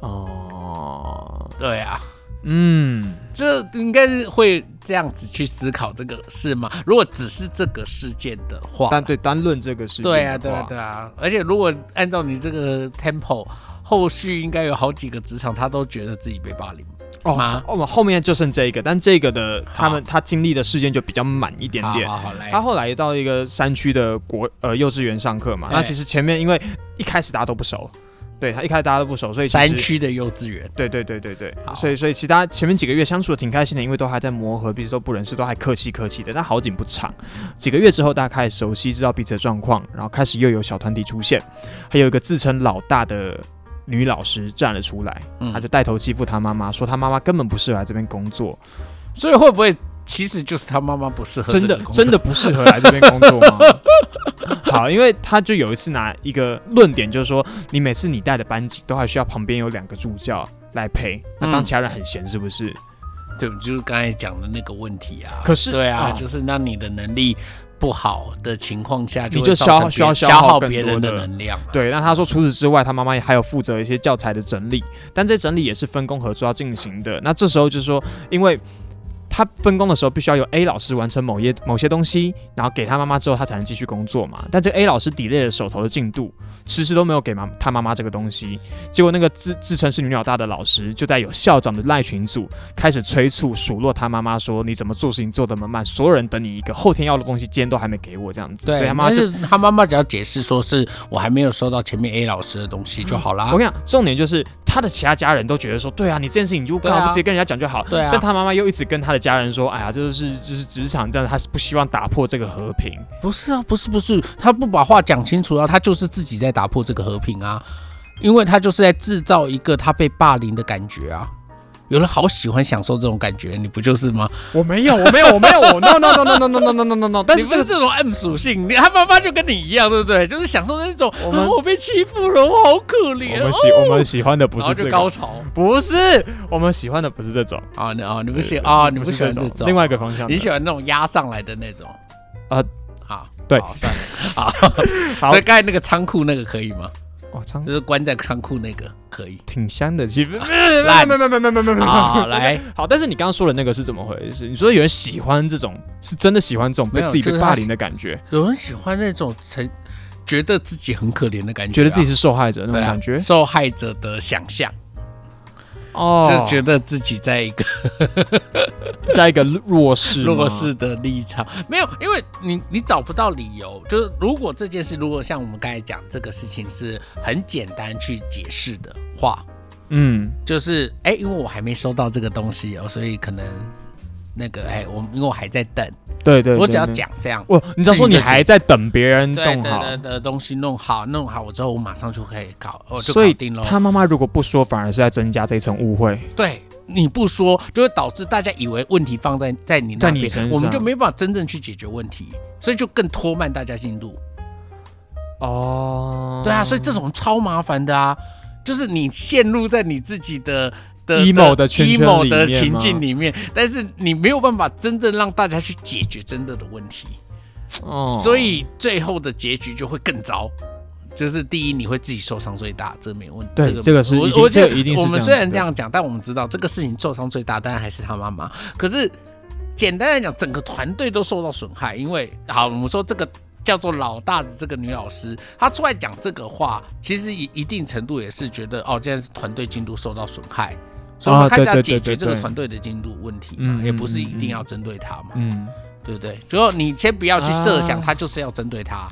Speaker 3: 哦，
Speaker 1: 对啊。
Speaker 3: 嗯，
Speaker 1: 这应该是会这样子去思考这个事吗？如果只是这个事件的话，
Speaker 3: 单对单论这个事情，
Speaker 1: 对啊，对啊，对啊。而且如果按照你这个 tempo，后续应该有好几个职场，他都觉得自己被霸凌。
Speaker 3: 哦
Speaker 1: 吗，
Speaker 3: 我们后面就剩这一个，但这个的他们他经历的事件就比较满一点点。
Speaker 1: 好好好，来
Speaker 3: 他，后来也到一个山区的国呃幼稚园上课嘛，
Speaker 1: 哎
Speaker 3: 那其实前面因为一开始大家都不熟，对他一开始大家都不熟，所以其实
Speaker 1: 山。区的幼稚园，
Speaker 3: 对对对对对，
Speaker 1: 好
Speaker 3: 所以所以其他前面几个月相处的挺开心的，因为都还在磨合，彼此都不认识，都还客气客气的。但好景不长，几个月之后大家开始熟悉，知道彼此的状况，然后开始又有小团体出现，还有一个自称老大的女老师站了出来，
Speaker 1: 嗯
Speaker 3: 她就带头欺负她妈妈，说她妈妈根本不适合来这边工作，
Speaker 1: 所以会不会其实就是他妈妈不适合
Speaker 3: 真的
Speaker 1: 这个工作
Speaker 3: 真的不适合来这边工作吗？ *laughs* 好，因为他就有一次拿一个论点，就是说你每次你带的班级都还需要旁边有两个助教来陪，那当
Speaker 1: 嗯
Speaker 3: 其他人很闲是不是？
Speaker 1: 对，就是刚才讲的那个问题啊。
Speaker 3: 可是
Speaker 1: 对啊，
Speaker 3: 啊
Speaker 1: 就是那你的能力不好的情况下，
Speaker 3: 你
Speaker 1: 会
Speaker 3: 就
Speaker 1: 造成
Speaker 3: 消需要
Speaker 1: 别
Speaker 3: 消
Speaker 1: 消
Speaker 3: 耗
Speaker 1: 耗
Speaker 3: 更
Speaker 1: 别人
Speaker 3: 多
Speaker 1: 的
Speaker 3: 的
Speaker 1: 能量嘛。啊
Speaker 3: 对，那他说除此之外，他妈妈还有负责一些教材的整理，但这整理也是分工合作要进行的。那这时候就是说，因为他分工的时候必须要由 A 老师完成某些某些东西，然后给他妈妈之后，他才能继续工作嘛。但这个 A 老师 delay 了手头的进度，迟迟都没有给妈他妈妈这个东西。结果那个自自称是女老大的老师，就在有校长的赖群组开始催促数落他妈妈说：“你怎么做事情做得那么慢？所有人等你一个，后天要的东西今天都还没给我，这样子。”所以
Speaker 1: 对，
Speaker 3: 他妈
Speaker 1: 但
Speaker 3: 就是
Speaker 1: 他妈妈只要解释说是我还没有收到前面 A 老师的东西就好啦
Speaker 3: 我。跟你讲，重点就是他的其他家人都觉得说，对啊，你这件事情你就
Speaker 1: 对
Speaker 3: 干嘛
Speaker 1: 啊
Speaker 3: 不直接跟人家讲就好？
Speaker 1: 对啊
Speaker 3: 但，他妈妈又一直跟他的家人说，哎呀，这就是就是职场这样，他是不希望打破这个和平。
Speaker 1: 不是啊，不是不是，他不把话讲清楚啊，他就是自己在打破这个和平啊，因为他就是在制造一个他被霸凌的感觉啊。有人好喜欢享受这种感觉，你不就是吗？
Speaker 3: 我没有，我没有，我没有，我 *laughs* no no no no no no no no no no *laughs* no。但
Speaker 1: 你
Speaker 3: 是
Speaker 1: 不
Speaker 3: 这
Speaker 1: 是
Speaker 3: 个
Speaker 1: 这种 M 属性，你他妈妈就跟你一样，对不对？就是享受那种
Speaker 3: 我们
Speaker 1: 啊我被欺负了，我好可怜，哦，
Speaker 3: 我们喜欢的不
Speaker 1: 然后就高，潮
Speaker 3: 不是我们喜欢的不是这种
Speaker 1: 啊，你啊，你不喜啊，你不喜欢这种，
Speaker 3: 另外一个方向的。
Speaker 1: 你喜欢那种压上来的那种
Speaker 3: 啊？
Speaker 1: 好，
Speaker 3: 对
Speaker 1: 好
Speaker 3: *laughs*
Speaker 1: 算了，好。
Speaker 3: 好
Speaker 1: 所以刚才那个仓库那个可以吗？
Speaker 3: 哦，仓
Speaker 1: 就是关在仓库那个可以。
Speaker 3: 挺香的， *laughs* 其实。
Speaker 1: 烂
Speaker 3: 没没没没没没没。
Speaker 1: 好，来，
Speaker 3: 好，但是你刚刚说的那个是怎么回事？你说有人喜欢这种，是真的喜欢这种
Speaker 1: 没
Speaker 3: 被
Speaker 1: 有
Speaker 3: 自己
Speaker 1: 就
Speaker 3: 被
Speaker 1: 是他
Speaker 3: 霸
Speaker 1: 是
Speaker 3: 凌的感觉，
Speaker 1: 有人喜欢那种成觉得自己很可怜的感觉啊、
Speaker 3: 觉得自己是受害者那种
Speaker 1: 对啊
Speaker 3: 感觉。
Speaker 1: 受害者的想象，就
Speaker 3: 哦，
Speaker 1: 觉得自己在一个
Speaker 3: 在一个弱势吗，
Speaker 1: 弱势的立场，没有，因为你你找不到理由。就是如果这件事，如果像我们刚才讲这个事情是很简单去解释的话，
Speaker 3: 嗯，
Speaker 1: 就是哎、因为我还没收到这个东西哦，所以可能那个哎、我因为我还在等，
Speaker 3: 对对，对
Speaker 1: 我只要，
Speaker 3: 对
Speaker 1: 讲这样，
Speaker 3: 我你只要说
Speaker 1: 自己
Speaker 3: 你
Speaker 1: 就
Speaker 3: 还在等别人
Speaker 1: 对对
Speaker 3: 动好，
Speaker 1: 对的东西弄好，弄好我之后，我马上就可以考，我就
Speaker 3: 所
Speaker 1: 搞
Speaker 3: 以
Speaker 1: 定喽。
Speaker 3: 他妈妈如果不说，反而是在增加这一层误会。
Speaker 1: 对你不说，就会导致大家以为问题放在在你那
Speaker 3: 在你
Speaker 1: 边
Speaker 3: 身上
Speaker 1: 我们就没办法真正去解决问题，所以就更拖慢大家进度。
Speaker 3: 哦，
Speaker 1: 对啊，所以这种超麻烦的啊，就是你陷入在你自己的。的
Speaker 3: emo 的圈圈
Speaker 1: emo
Speaker 3: 里
Speaker 1: 的
Speaker 3: 面
Speaker 1: 情
Speaker 3: 吗
Speaker 1: 境里面，但是你没有办法真正让大家去解决真正的问题，
Speaker 3: 哦
Speaker 1: 所以最后的结局就会更糟。就是第一，你会自己受伤最大，这没问题。
Speaker 3: 对
Speaker 1: 个
Speaker 3: 这个是
Speaker 1: 我
Speaker 3: 一定
Speaker 1: 我觉
Speaker 3: 这个一定
Speaker 1: 得我
Speaker 3: 是
Speaker 1: 们
Speaker 3: 这样
Speaker 1: 虽然
Speaker 3: 子
Speaker 1: 这样讲，但我们知道这个事情受伤最大，当然还是他妈妈。可是简单来讲，整个团队都受到损害，因为好，我们说这个叫做老大的这个女老师，她出来讲这个话，其实一一定程度也是觉得哦，现在是团队进度受到损害，所以我
Speaker 3: 啊
Speaker 1: 们开始要
Speaker 3: 对对
Speaker 1: 解
Speaker 3: 对
Speaker 1: 决
Speaker 3: 对
Speaker 1: 这个
Speaker 3: 对
Speaker 1: 团队的进度问题嘛，
Speaker 3: 嗯
Speaker 1: 也不是
Speaker 3: 嗯
Speaker 1: 一定
Speaker 3: 嗯
Speaker 1: 要针对她嘛。
Speaker 3: 嗯，
Speaker 1: 对不对？就你先不要去设想
Speaker 3: 啊
Speaker 1: 他就是要针对他，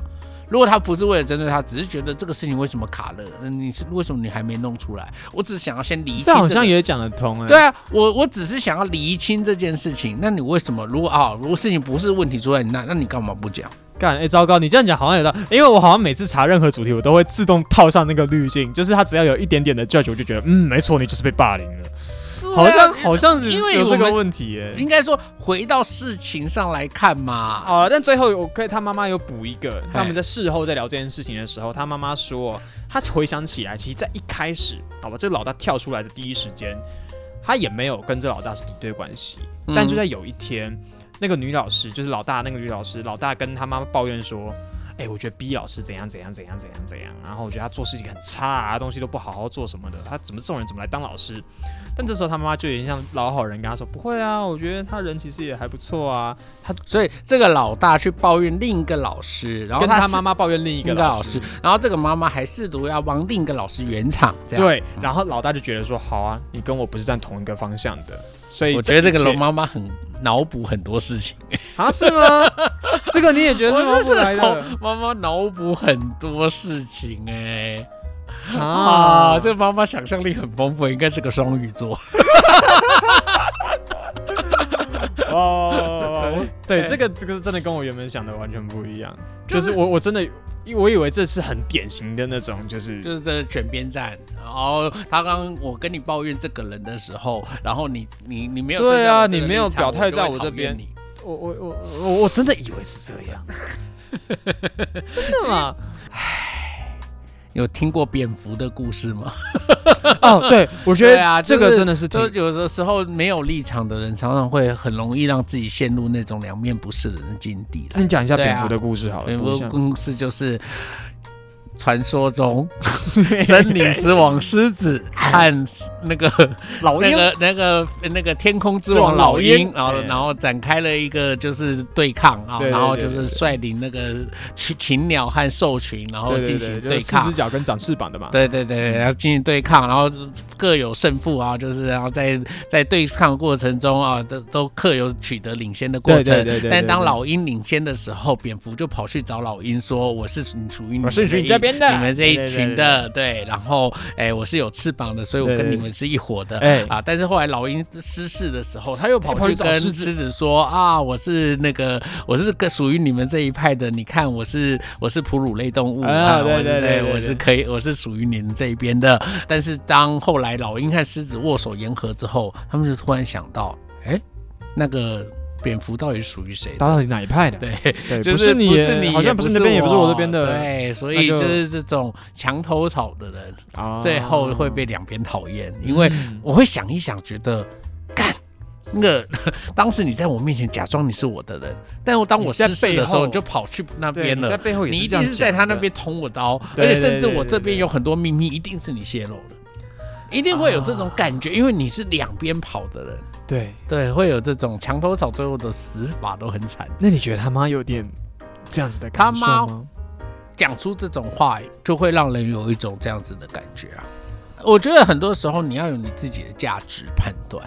Speaker 1: 如果他不是为了针对他，只是觉得这个事情为什么卡了，那你是为什么你还没弄出来？我只是想要先理清、
Speaker 3: 这
Speaker 1: 这个
Speaker 3: 好像也讲得通哎、
Speaker 1: 对啊，我我只是想要理清这件事情。那你为什么如果啊、如果事情不是问题出在你那，那你干嘛不讲？
Speaker 3: 干，哎、糟糕，你这样讲好像有道理，因为我好像每次查任何主题，我都会自动套上那个滤镜，就是他只要有一点点的 judge，我就觉得，嗯，没错，你就是被霸凌了，好像好像是
Speaker 1: 啊因为
Speaker 3: 有
Speaker 1: 我
Speaker 3: 这个
Speaker 1: 们
Speaker 3: 问题哎、
Speaker 1: 应该说回到事情上来看嘛。
Speaker 3: 哦，但最后我可以，他妈妈有补一个，他
Speaker 1: 啊嘿
Speaker 3: 们在事后在聊这件事情的时候，他妈妈说，他回想起来，其实在一开始，好吧，这个老大跳出来的第一时间，他也没有跟这老大是敌对关系，
Speaker 1: 嗯
Speaker 3: 但就在有一天，那个女老师就是老大那个女老师，老大跟他妈妈抱怨说。哎、我觉得 B 老师怎样怎样怎样怎样怎样，啊然后我觉得他做事情很差啊，东西都不好好做什么的，他怎么这种人怎么来当老师？但这时候他妈妈就有点像老好人跟他说，不会啊，我觉得他人其实也还不错啊，
Speaker 1: 所以这个老大去抱怨另一个老师，然后
Speaker 3: 跟他
Speaker 1: 是
Speaker 3: 妈妈抱怨另一
Speaker 1: 另
Speaker 3: 个
Speaker 1: 一个老
Speaker 3: 师
Speaker 1: 师，，然后这个妈妈还试图要帮另一个老师圆场，这样。嗯
Speaker 3: 对，然后老大就觉得说，好啊，你跟我不是站同一个方向的，所以
Speaker 1: 我觉得这个龙
Speaker 3: 龙
Speaker 1: 妈妈很脑补很多事情，
Speaker 3: 啊是吗？ *laughs* 这个你也觉得是
Speaker 1: 我
Speaker 3: 吗？
Speaker 1: 觉
Speaker 3: 不
Speaker 1: 得
Speaker 3: 来
Speaker 1: 是
Speaker 3: 的
Speaker 1: 龙妈妈脑补很多事情哎、啊，
Speaker 3: 啊，
Speaker 1: 这个妈妈想象力很丰富，应该是个双鱼座。
Speaker 3: 哦，对，
Speaker 1: 对
Speaker 3: 这个这个真的跟我原本想的完全不一样，就
Speaker 1: 就是是
Speaker 3: 我我真的我以为这是很典型的那种，就是
Speaker 1: 就是这是选边站，然后他刚我跟你抱怨这个人的时候，然后你你你没有
Speaker 3: 对
Speaker 1: 站在我
Speaker 3: 啊
Speaker 1: 这个
Speaker 3: 你没有
Speaker 1: 立场
Speaker 3: 表态在我
Speaker 1: 就会
Speaker 3: 这边
Speaker 1: 讨厌你
Speaker 3: 我我我我我真的以为是这样，真的吗？
Speaker 1: 有听过蝙蝠的故事吗？
Speaker 3: 哦，对，我觉
Speaker 1: 对啊
Speaker 3: 得
Speaker 1: 就
Speaker 3: 这
Speaker 1: 是
Speaker 3: 个真的是挺
Speaker 1: 就有的时候没有立场的人，常常会很容易让自己陷入那种两面不是人的境地啦
Speaker 3: 那。你讲一下
Speaker 1: 对啊
Speaker 3: 蝙蝠的故事好了，
Speaker 1: 蝙
Speaker 3: 补
Speaker 1: 蝠
Speaker 3: 一下
Speaker 1: 故事就是传说中森林之王狮子和那个
Speaker 3: 哎老
Speaker 1: 那
Speaker 3: 鹰
Speaker 1: 个那个那个天空之
Speaker 3: 之王
Speaker 1: 王
Speaker 3: 老
Speaker 1: 老鹰
Speaker 3: 鹰，
Speaker 1: 然后
Speaker 3: 哎
Speaker 1: 然后展开了一个就是对抗啊，
Speaker 3: 对对
Speaker 1: 然后
Speaker 3: 对
Speaker 1: 就
Speaker 3: 对
Speaker 1: 是
Speaker 3: 对
Speaker 1: 率领那个群禽鸟和兽群，然后
Speaker 3: 对
Speaker 1: 哦进
Speaker 3: 对
Speaker 1: 行
Speaker 3: 对，
Speaker 1: 对
Speaker 3: 就是四
Speaker 1: 抗
Speaker 3: 只。脚跟长翅膀的嘛，
Speaker 1: 对对对，对然后进行对抗，然后各有胜负啊，就是然后在在对抗过程中啊，都都各有取得领先的过程。
Speaker 3: 对对对对对
Speaker 1: 但当
Speaker 3: 对
Speaker 1: 老鹰领先的时候，蝙蝠就跑去找老鹰说：“我是属属于你
Speaker 3: 我
Speaker 1: 们
Speaker 3: 是属于
Speaker 1: 一
Speaker 3: 这边的
Speaker 1: 你们这一
Speaker 3: 对对对
Speaker 1: 群的，对。然后，哎，我是有翅膀的，所以我
Speaker 3: 对对
Speaker 1: 跟你
Speaker 3: 对
Speaker 1: 们是一伙的。”
Speaker 3: 哎
Speaker 1: 啊！但是后来老鹰失事的时候，他又跑
Speaker 3: 跑去
Speaker 1: 去
Speaker 3: 找
Speaker 1: 跟
Speaker 3: 狮
Speaker 1: 狮
Speaker 3: 子
Speaker 1: 子说啊，我是那个，我是个属于你们这一派的。你看，我是我是哺乳类动物，
Speaker 3: 啊
Speaker 1: 啊
Speaker 3: 对
Speaker 1: 我
Speaker 3: 对对对
Speaker 1: 我是
Speaker 3: 对
Speaker 1: 可以，我是属于你们这一边的。但是当后来老鹰和狮子握手言和之后，他们就突然想到，哎，那个蝙蝠到底属于谁的？
Speaker 3: 到底哪一派的？
Speaker 1: 对，*laughs*
Speaker 3: 对，
Speaker 1: 就
Speaker 3: 哎不是
Speaker 1: 你，
Speaker 3: 你耶，好像不是那边，也不是我这边的，
Speaker 1: 对，所
Speaker 3: 那
Speaker 1: 以
Speaker 3: 就
Speaker 1: 就是这种墙头草的人，
Speaker 3: 啊
Speaker 1: 最后会被两边讨
Speaker 3: 哦
Speaker 1: 厌，因为
Speaker 3: 嗯
Speaker 1: 我会想一想，觉得干。那个 *laughs* 当时你在我面前假装你是我的人，但我当我
Speaker 3: 你在
Speaker 1: 失事
Speaker 3: 背
Speaker 1: 的时候，
Speaker 3: 后
Speaker 1: 你就跑去那
Speaker 3: 对
Speaker 1: 边
Speaker 3: 你在
Speaker 1: 了。
Speaker 3: 背后也
Speaker 1: 你一
Speaker 3: 这
Speaker 1: 定
Speaker 3: 样
Speaker 1: 是在
Speaker 3: 讲
Speaker 1: 他那
Speaker 3: 的
Speaker 1: 边捅我刀，
Speaker 3: 对
Speaker 1: 而
Speaker 3: 对
Speaker 1: 且甚至
Speaker 3: 对
Speaker 1: 我
Speaker 3: 对
Speaker 1: 这
Speaker 3: 对
Speaker 1: 边有很多秘密，一定是你泄露的，一定会有这
Speaker 3: 啊
Speaker 1: 种感觉，因为你是两边跑的人，
Speaker 3: 对。
Speaker 1: 对，会有这种墙头草，最后的死法都很惨。
Speaker 3: 那你觉得他妈有点这样子的感受
Speaker 1: 他
Speaker 3: 吗？
Speaker 1: 讲出这种话，就会让人有一种这样子的感觉啊。我觉得很多时候你要有你自己的价值判断。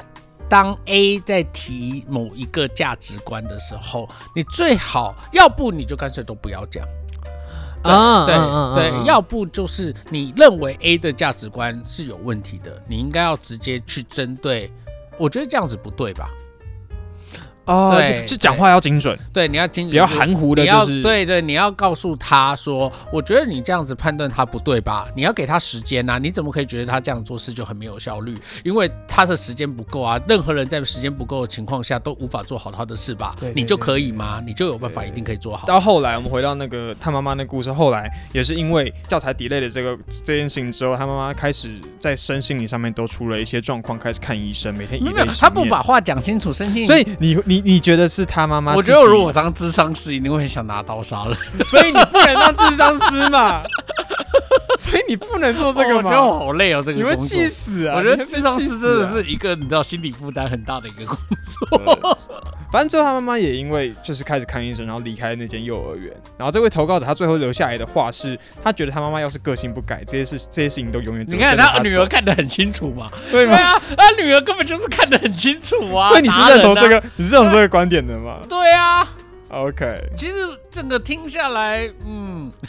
Speaker 1: 当 A 在提某一个价值观的时候，你最好要不你就干脆都不要讲，对
Speaker 3: 啊
Speaker 1: 对
Speaker 3: 嗯嗯嗯
Speaker 1: 对，
Speaker 3: 嗯
Speaker 1: 要不就是你认为 A 的价值观是有问题的，你应该要直接去针对。我觉得这样子不对吧？
Speaker 2: 哦，
Speaker 1: 对
Speaker 2: 就就讲话要精准，
Speaker 1: 对，你要精
Speaker 3: 比
Speaker 1: 准
Speaker 3: 较
Speaker 1: 说
Speaker 3: 含糊的，
Speaker 1: 你要
Speaker 3: 就是
Speaker 1: 对对，你要告诉他说，我觉得你这样子判断他不对吧？你要给他时间呐、啊你怎么可以觉得他这样做事就很没有效率？因为他的时间不够啊，任何人在时间不够的情况下都无法做好他的事吧？
Speaker 2: 对对
Speaker 1: 你就可以吗？你就有办法一定可以做好。
Speaker 6: 到后来，我们回到那个他妈妈那故事，后来也是因为教材 delay 的这个这件事情之后，他妈妈开始在身心灵上面都出了一些状况，开始看医生，每天
Speaker 1: 没
Speaker 6: 一
Speaker 1: 有没有
Speaker 6: 类，
Speaker 1: 他不把话讲清楚，生气。
Speaker 6: 所以你你你觉得是他妈妈？
Speaker 1: 我觉得如果我，当智商师，一定会想拿刀杀 *laughs* 人。
Speaker 6: 所以你不能当智商师
Speaker 1: *laughs*
Speaker 6: 嘛，所以你不能做这个
Speaker 1: 我觉得我
Speaker 6: 嘛，
Speaker 1: 好累哦，这个
Speaker 6: 你会
Speaker 1: 工作
Speaker 6: 气死啊！
Speaker 1: 我觉
Speaker 6: 你
Speaker 1: 得
Speaker 6: 会被
Speaker 1: 智商
Speaker 6: 气
Speaker 1: 师
Speaker 6: 死
Speaker 1: 真的
Speaker 6: 啊
Speaker 1: 是一个你知道心理负担很大的一个工作。
Speaker 6: 反正最后他妈妈也因为就是开始看医生，然后离开那间幼儿园。然后这位投稿者他最后留下来的话是，他觉得他妈妈要是个性不改，这些事这些事情都永远只
Speaker 1: *laughs* *laughs* 你
Speaker 6: 会
Speaker 1: 看
Speaker 6: 跟着
Speaker 1: 他女儿
Speaker 6: 走
Speaker 1: 看得很清楚嘛，
Speaker 6: 对
Speaker 1: 对
Speaker 6: 吗？
Speaker 1: 啊，他女儿根本就是看得很清楚啊。
Speaker 6: 所以你是
Speaker 1: 打
Speaker 6: 认
Speaker 1: 人
Speaker 6: 同
Speaker 1: 啊
Speaker 6: 这？个，你是认同这个观点的吗
Speaker 1: 对啊，
Speaker 6: ？OK，
Speaker 1: 其实整个听下来，嗯。 *laughs*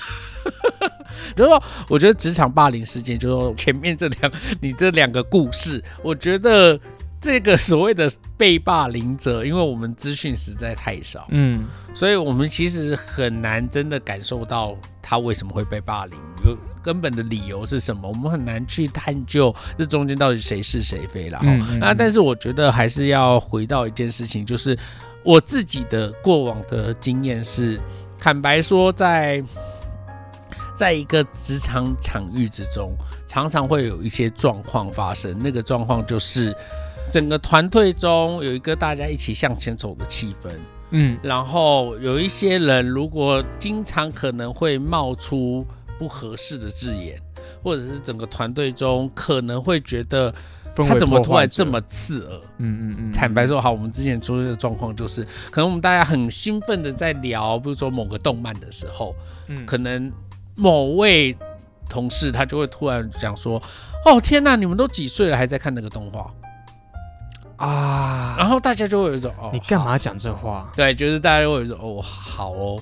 Speaker 1: 就是说，我觉得职场霸凌事件，就是说前面这两你这两个故事，我觉得这个所谓的被霸凌者，因为我们资讯实在太少，
Speaker 2: 嗯，
Speaker 1: 所以我们其实很难真的感受到他为什么会被霸凌，有根本的理由是什么，我们很难去探究这中间到底谁是谁非啦。
Speaker 2: 嗯
Speaker 1: 哦
Speaker 2: 嗯
Speaker 1: 那但是我觉得还是要回到一件事情，就是我自己的过往的经验是，坦白说在。在一个职场场域之中，常常会有一些状况发生。那个状况就是，整个团队中有一个大家一起向前走的气氛，
Speaker 2: 嗯，
Speaker 1: 然后有一些人如果经常可能会冒出不合适的字眼，或者是整个团队中可能会觉得他怎么突然这么刺耳？
Speaker 2: 嗯嗯嗯，
Speaker 1: 坦白说，好，我们之前出现的状况就是，可能我们大家很兴奋的在聊，比如说某个动漫的时候，
Speaker 6: 嗯
Speaker 1: 可能某位同事他就会突然讲说：“哦天呐，你们都几岁了还在看那个动画
Speaker 2: 啊？”，
Speaker 1: 然后大家就会有一种哦，
Speaker 2: 你干
Speaker 1: 好
Speaker 2: 嘛讲这话？
Speaker 1: 对，就是大家会说哦，好哦，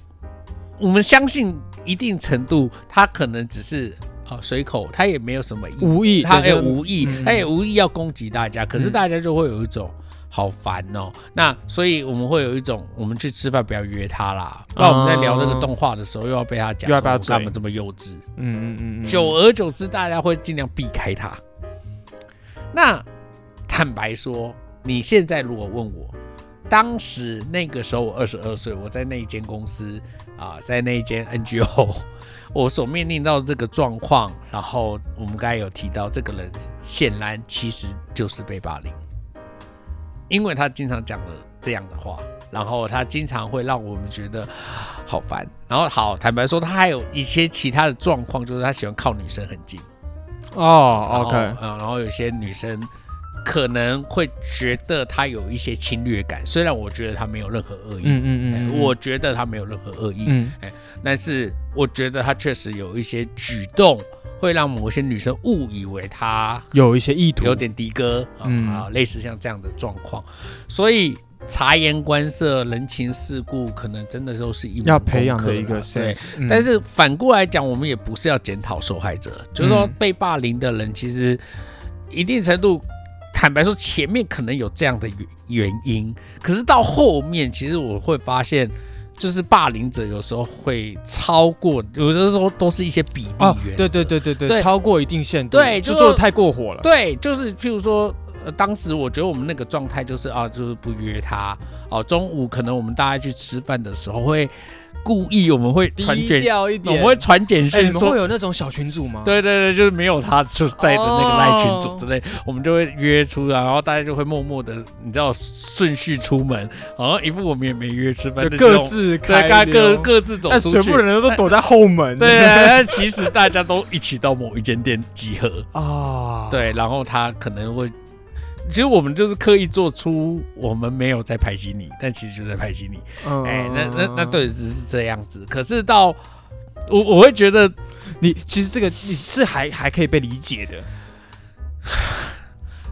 Speaker 1: 我们相信一定程度，他可能只是啊、呃随口，他也没有什么意，
Speaker 2: 无意，
Speaker 1: 他
Speaker 2: 对
Speaker 6: 哎
Speaker 1: 也
Speaker 2: 对
Speaker 1: 无意，
Speaker 6: 嗯
Speaker 1: 他也无意要攻击大家，可是大家就会有一种。好烦哦！那所以我们会有一种，我们去吃饭不要约他啦，不然我们在聊这个动画的时候又要被他
Speaker 6: 哦
Speaker 1: 讲，
Speaker 6: 又要被他
Speaker 1: 干嘛
Speaker 6: 嘴
Speaker 1: 这么幼稚？
Speaker 6: 嗯嗯嗯嗯，
Speaker 1: 久而久之，大家会尽量避开他。那坦白说，你现在如果问我，当时那个时候我二十二岁，我在那一间公司啊、在那一间 NGO，我 *laughs* 所面临到这个状况，然后我们刚才有提到，这个人显然其实就是被霸凌，因为他经常讲了这样的话。然后他经常会让我们觉得 *gasps* 好烦。然后好，坦白说，他还有一些其他的状况，就是他喜欢靠女生很近。
Speaker 2: 哦
Speaker 1: 然后
Speaker 2: ，OK，
Speaker 1: 嗯，然后有些女生可能会觉得他有一些侵略感，虽然我觉得他没有任何恶意，
Speaker 2: 嗯嗯
Speaker 1: 哎
Speaker 2: 嗯嗯，
Speaker 1: 我觉得他没有任何恶意，
Speaker 2: 嗯
Speaker 1: 但是我觉得他确实有一些举动会让某些女生误以为他
Speaker 2: 有一些意图，
Speaker 1: 有点的哥啊、
Speaker 2: 嗯
Speaker 1: 啊，类似像这样的状况，所以。察言观色、人情世故，可能真的都是一门
Speaker 2: 要培养
Speaker 1: 功
Speaker 2: 的
Speaker 1: 课
Speaker 2: 一
Speaker 1: 啦
Speaker 2: 个
Speaker 1: 对
Speaker 2: sense，嗯
Speaker 1: 但是反过来讲，我们也不是要检讨受害者，就是
Speaker 2: 嗯
Speaker 1: 说被霸凌的人，其实一定程度，坦白说，前面可能有这样的原原因，可是到后面，其实我会发现，就是霸凌者有时候会超过，有的时候都是一些比例
Speaker 2: 哦
Speaker 1: 原则、，
Speaker 2: 对对对对对，
Speaker 1: 对
Speaker 2: 超过一定限度，
Speaker 1: 对，
Speaker 2: 就
Speaker 1: 就
Speaker 2: 做的
Speaker 1: 是
Speaker 2: 太过火了，
Speaker 1: 对，就是譬如说。呃，当时我觉得我们那个状态就是啊，就是不约他哦。中午可能我们大家去吃饭的时候会故意，我们会传简
Speaker 6: 调一
Speaker 1: 我们会传简
Speaker 2: 哎，
Speaker 1: 讯
Speaker 2: 你们
Speaker 1: 说
Speaker 2: 会有那种小群组吗？，
Speaker 1: 对对对，就是没有他就在的那个赖群组
Speaker 2: 哦
Speaker 1: 之类，我们就会约出来，然后大家就会默默的，你知道顺序出门，好像一副我们也没约吃饭，
Speaker 6: 就
Speaker 1: 但是
Speaker 6: 各
Speaker 1: 我
Speaker 6: 自
Speaker 1: 对，
Speaker 6: 开
Speaker 1: 大家
Speaker 6: 溜
Speaker 1: 各各自走
Speaker 6: 但
Speaker 1: 出
Speaker 6: 全
Speaker 1: 去
Speaker 6: 部。人都躲在后门。
Speaker 1: 对，但其实大家都一起到某一间店集合，
Speaker 2: 啊，
Speaker 1: 对，然后他可能会，其实我们就是刻意做出我们没有在排挤你，但其实就在排挤你。
Speaker 2: 嗯，
Speaker 1: 哎、那那那对，只是这样子。可是到我我会觉得
Speaker 2: 你其实这个你是还还可以被理解的，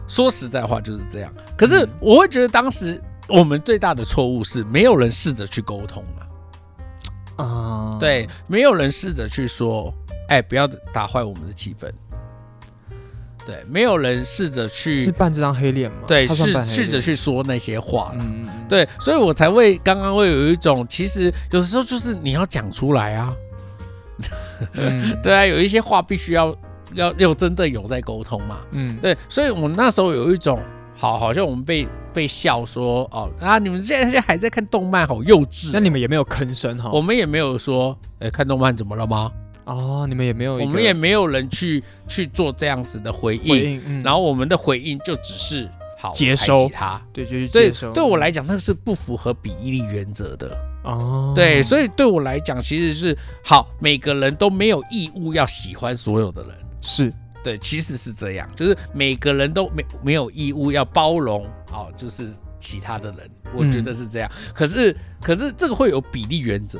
Speaker 1: 说实在话就是这样。可
Speaker 2: 嗯
Speaker 1: 是我会觉得当时我们最大的错误是没有人试着去沟通啊，
Speaker 2: 啊，
Speaker 1: 对，没有人试着去说，哎，不要打坏我们的气氛。对，没有人试着
Speaker 2: 是
Speaker 1: 去
Speaker 2: 扮这张黑脸吗？
Speaker 1: 对
Speaker 2: 他算
Speaker 1: 试
Speaker 2: 扮黑
Speaker 1: 试着
Speaker 2: 脸，
Speaker 1: 去说那些话了。
Speaker 2: 嗯，嗯嗯
Speaker 1: 对，所以我才会刚刚会有一种，其实有时候就是你要讲出来啊，
Speaker 6: 嗯
Speaker 1: 对啊，有一些话必须要要要真的有在沟通嘛。
Speaker 6: 嗯，
Speaker 1: 对，所以我那时候有一种，好，好像我们被被笑说哦啊，你们现在现在还在看动漫，好幼稚。
Speaker 6: 那你们也没有吭声哈？
Speaker 1: 我们也没有说，呃、看动漫怎么了吗？
Speaker 6: 哦，你们也没有一
Speaker 1: 我
Speaker 6: 个
Speaker 1: 们也没有人去去做这样子的回应，
Speaker 6: 回应，嗯
Speaker 1: 然后我们的回应就只是好
Speaker 3: 接
Speaker 1: 我排挤
Speaker 3: 收
Speaker 1: 他。
Speaker 2: 对，就是接，
Speaker 1: 对
Speaker 2: 嗯受
Speaker 1: 对我来讲，那是不符合比例原则的。
Speaker 6: 哦，
Speaker 1: 对，所以对我来讲，其实是好，每个人都没有义务要喜欢所有的人。
Speaker 2: 是
Speaker 1: 对，其实是这样，就是每个人都没没有义务要包容哦，就是其他的人，我觉得是这样。可是可是这个会有比例原则，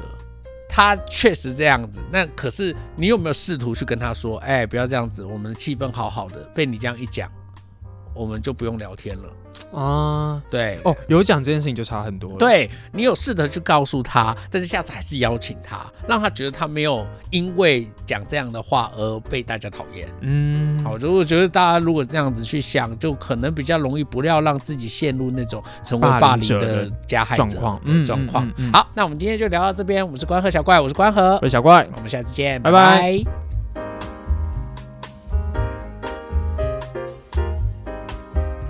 Speaker 1: 他确实这样子。那可是你有没有试图去跟他说，哎，不要这样子，我们的气氛好好的，被你这样一讲，我们就不用聊天了。
Speaker 6: 啊，
Speaker 1: 对，
Speaker 6: 哦，有讲这件事情就差很多了。，
Speaker 1: 对你有试着去告诉他，但是下次还是邀请他，让他觉得他没有因为讲这样的话而被大家讨厌。
Speaker 6: 嗯，
Speaker 1: 好，如果觉得大家如果这样子去想，就可能比较容易不要让自己陷入那种成为
Speaker 2: 霸凌
Speaker 1: 霸凌
Speaker 2: 者
Speaker 1: 的
Speaker 2: 的
Speaker 1: 加害
Speaker 2: 状
Speaker 1: 者
Speaker 2: 况
Speaker 1: 的状况。好，那我们今天就聊到这边。我是关河小怪，我是关河，
Speaker 2: 我是小怪，
Speaker 1: 我们下次见，
Speaker 2: 拜
Speaker 1: 拜
Speaker 2: 拜
Speaker 1: 拜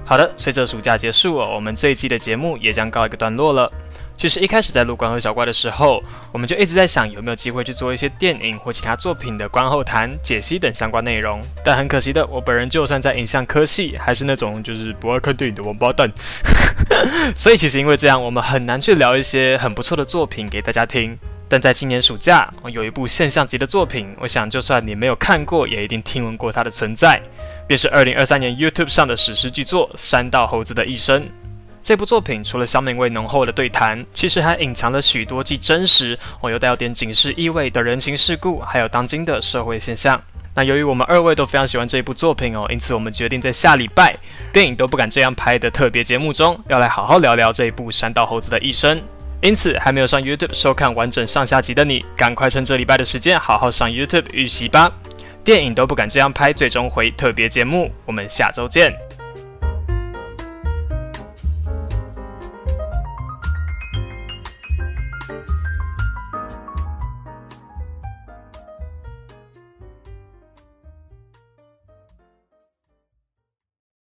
Speaker 7: 好的，随着暑假结束哦，我们这一期的节目也将告一个段落了。其实一开始在录《关后小怪》的时候，我们就一直在想有没有机会去做一些电影或其他作品的观后谈、解析等相关内容。但很可惜的，我本人就算在影像科系，还是那种就是不爱看电影的王八蛋。 *laughs* 所以其实因为这样，我们很难去聊一些很不错的作品给大家听。但在今年暑假，哦有一部现象级的作品，我想就算你没有看过，也一定听闻过它的存在。便是2023年 YouTube 上的史诗巨作《山道猴子的一生》。这部作品除了香民味浓厚的对谈，其实还隐藏了许多既真实哦又带有点警示意味的人情世故，还有当今的社会现象。那由于我们二位都非常喜欢这一部作品哦，因此我们决定在下礼拜电影都不敢这样拍的特别节目中，要来好好聊聊这一部《山道猴子的一生》。因此，还没有上 YouTube 收看完整上下集的你，赶快趁这礼拜的时间好好上 YouTube 预习吧。电影都不敢这样拍，最终回特别节目，我们下周见。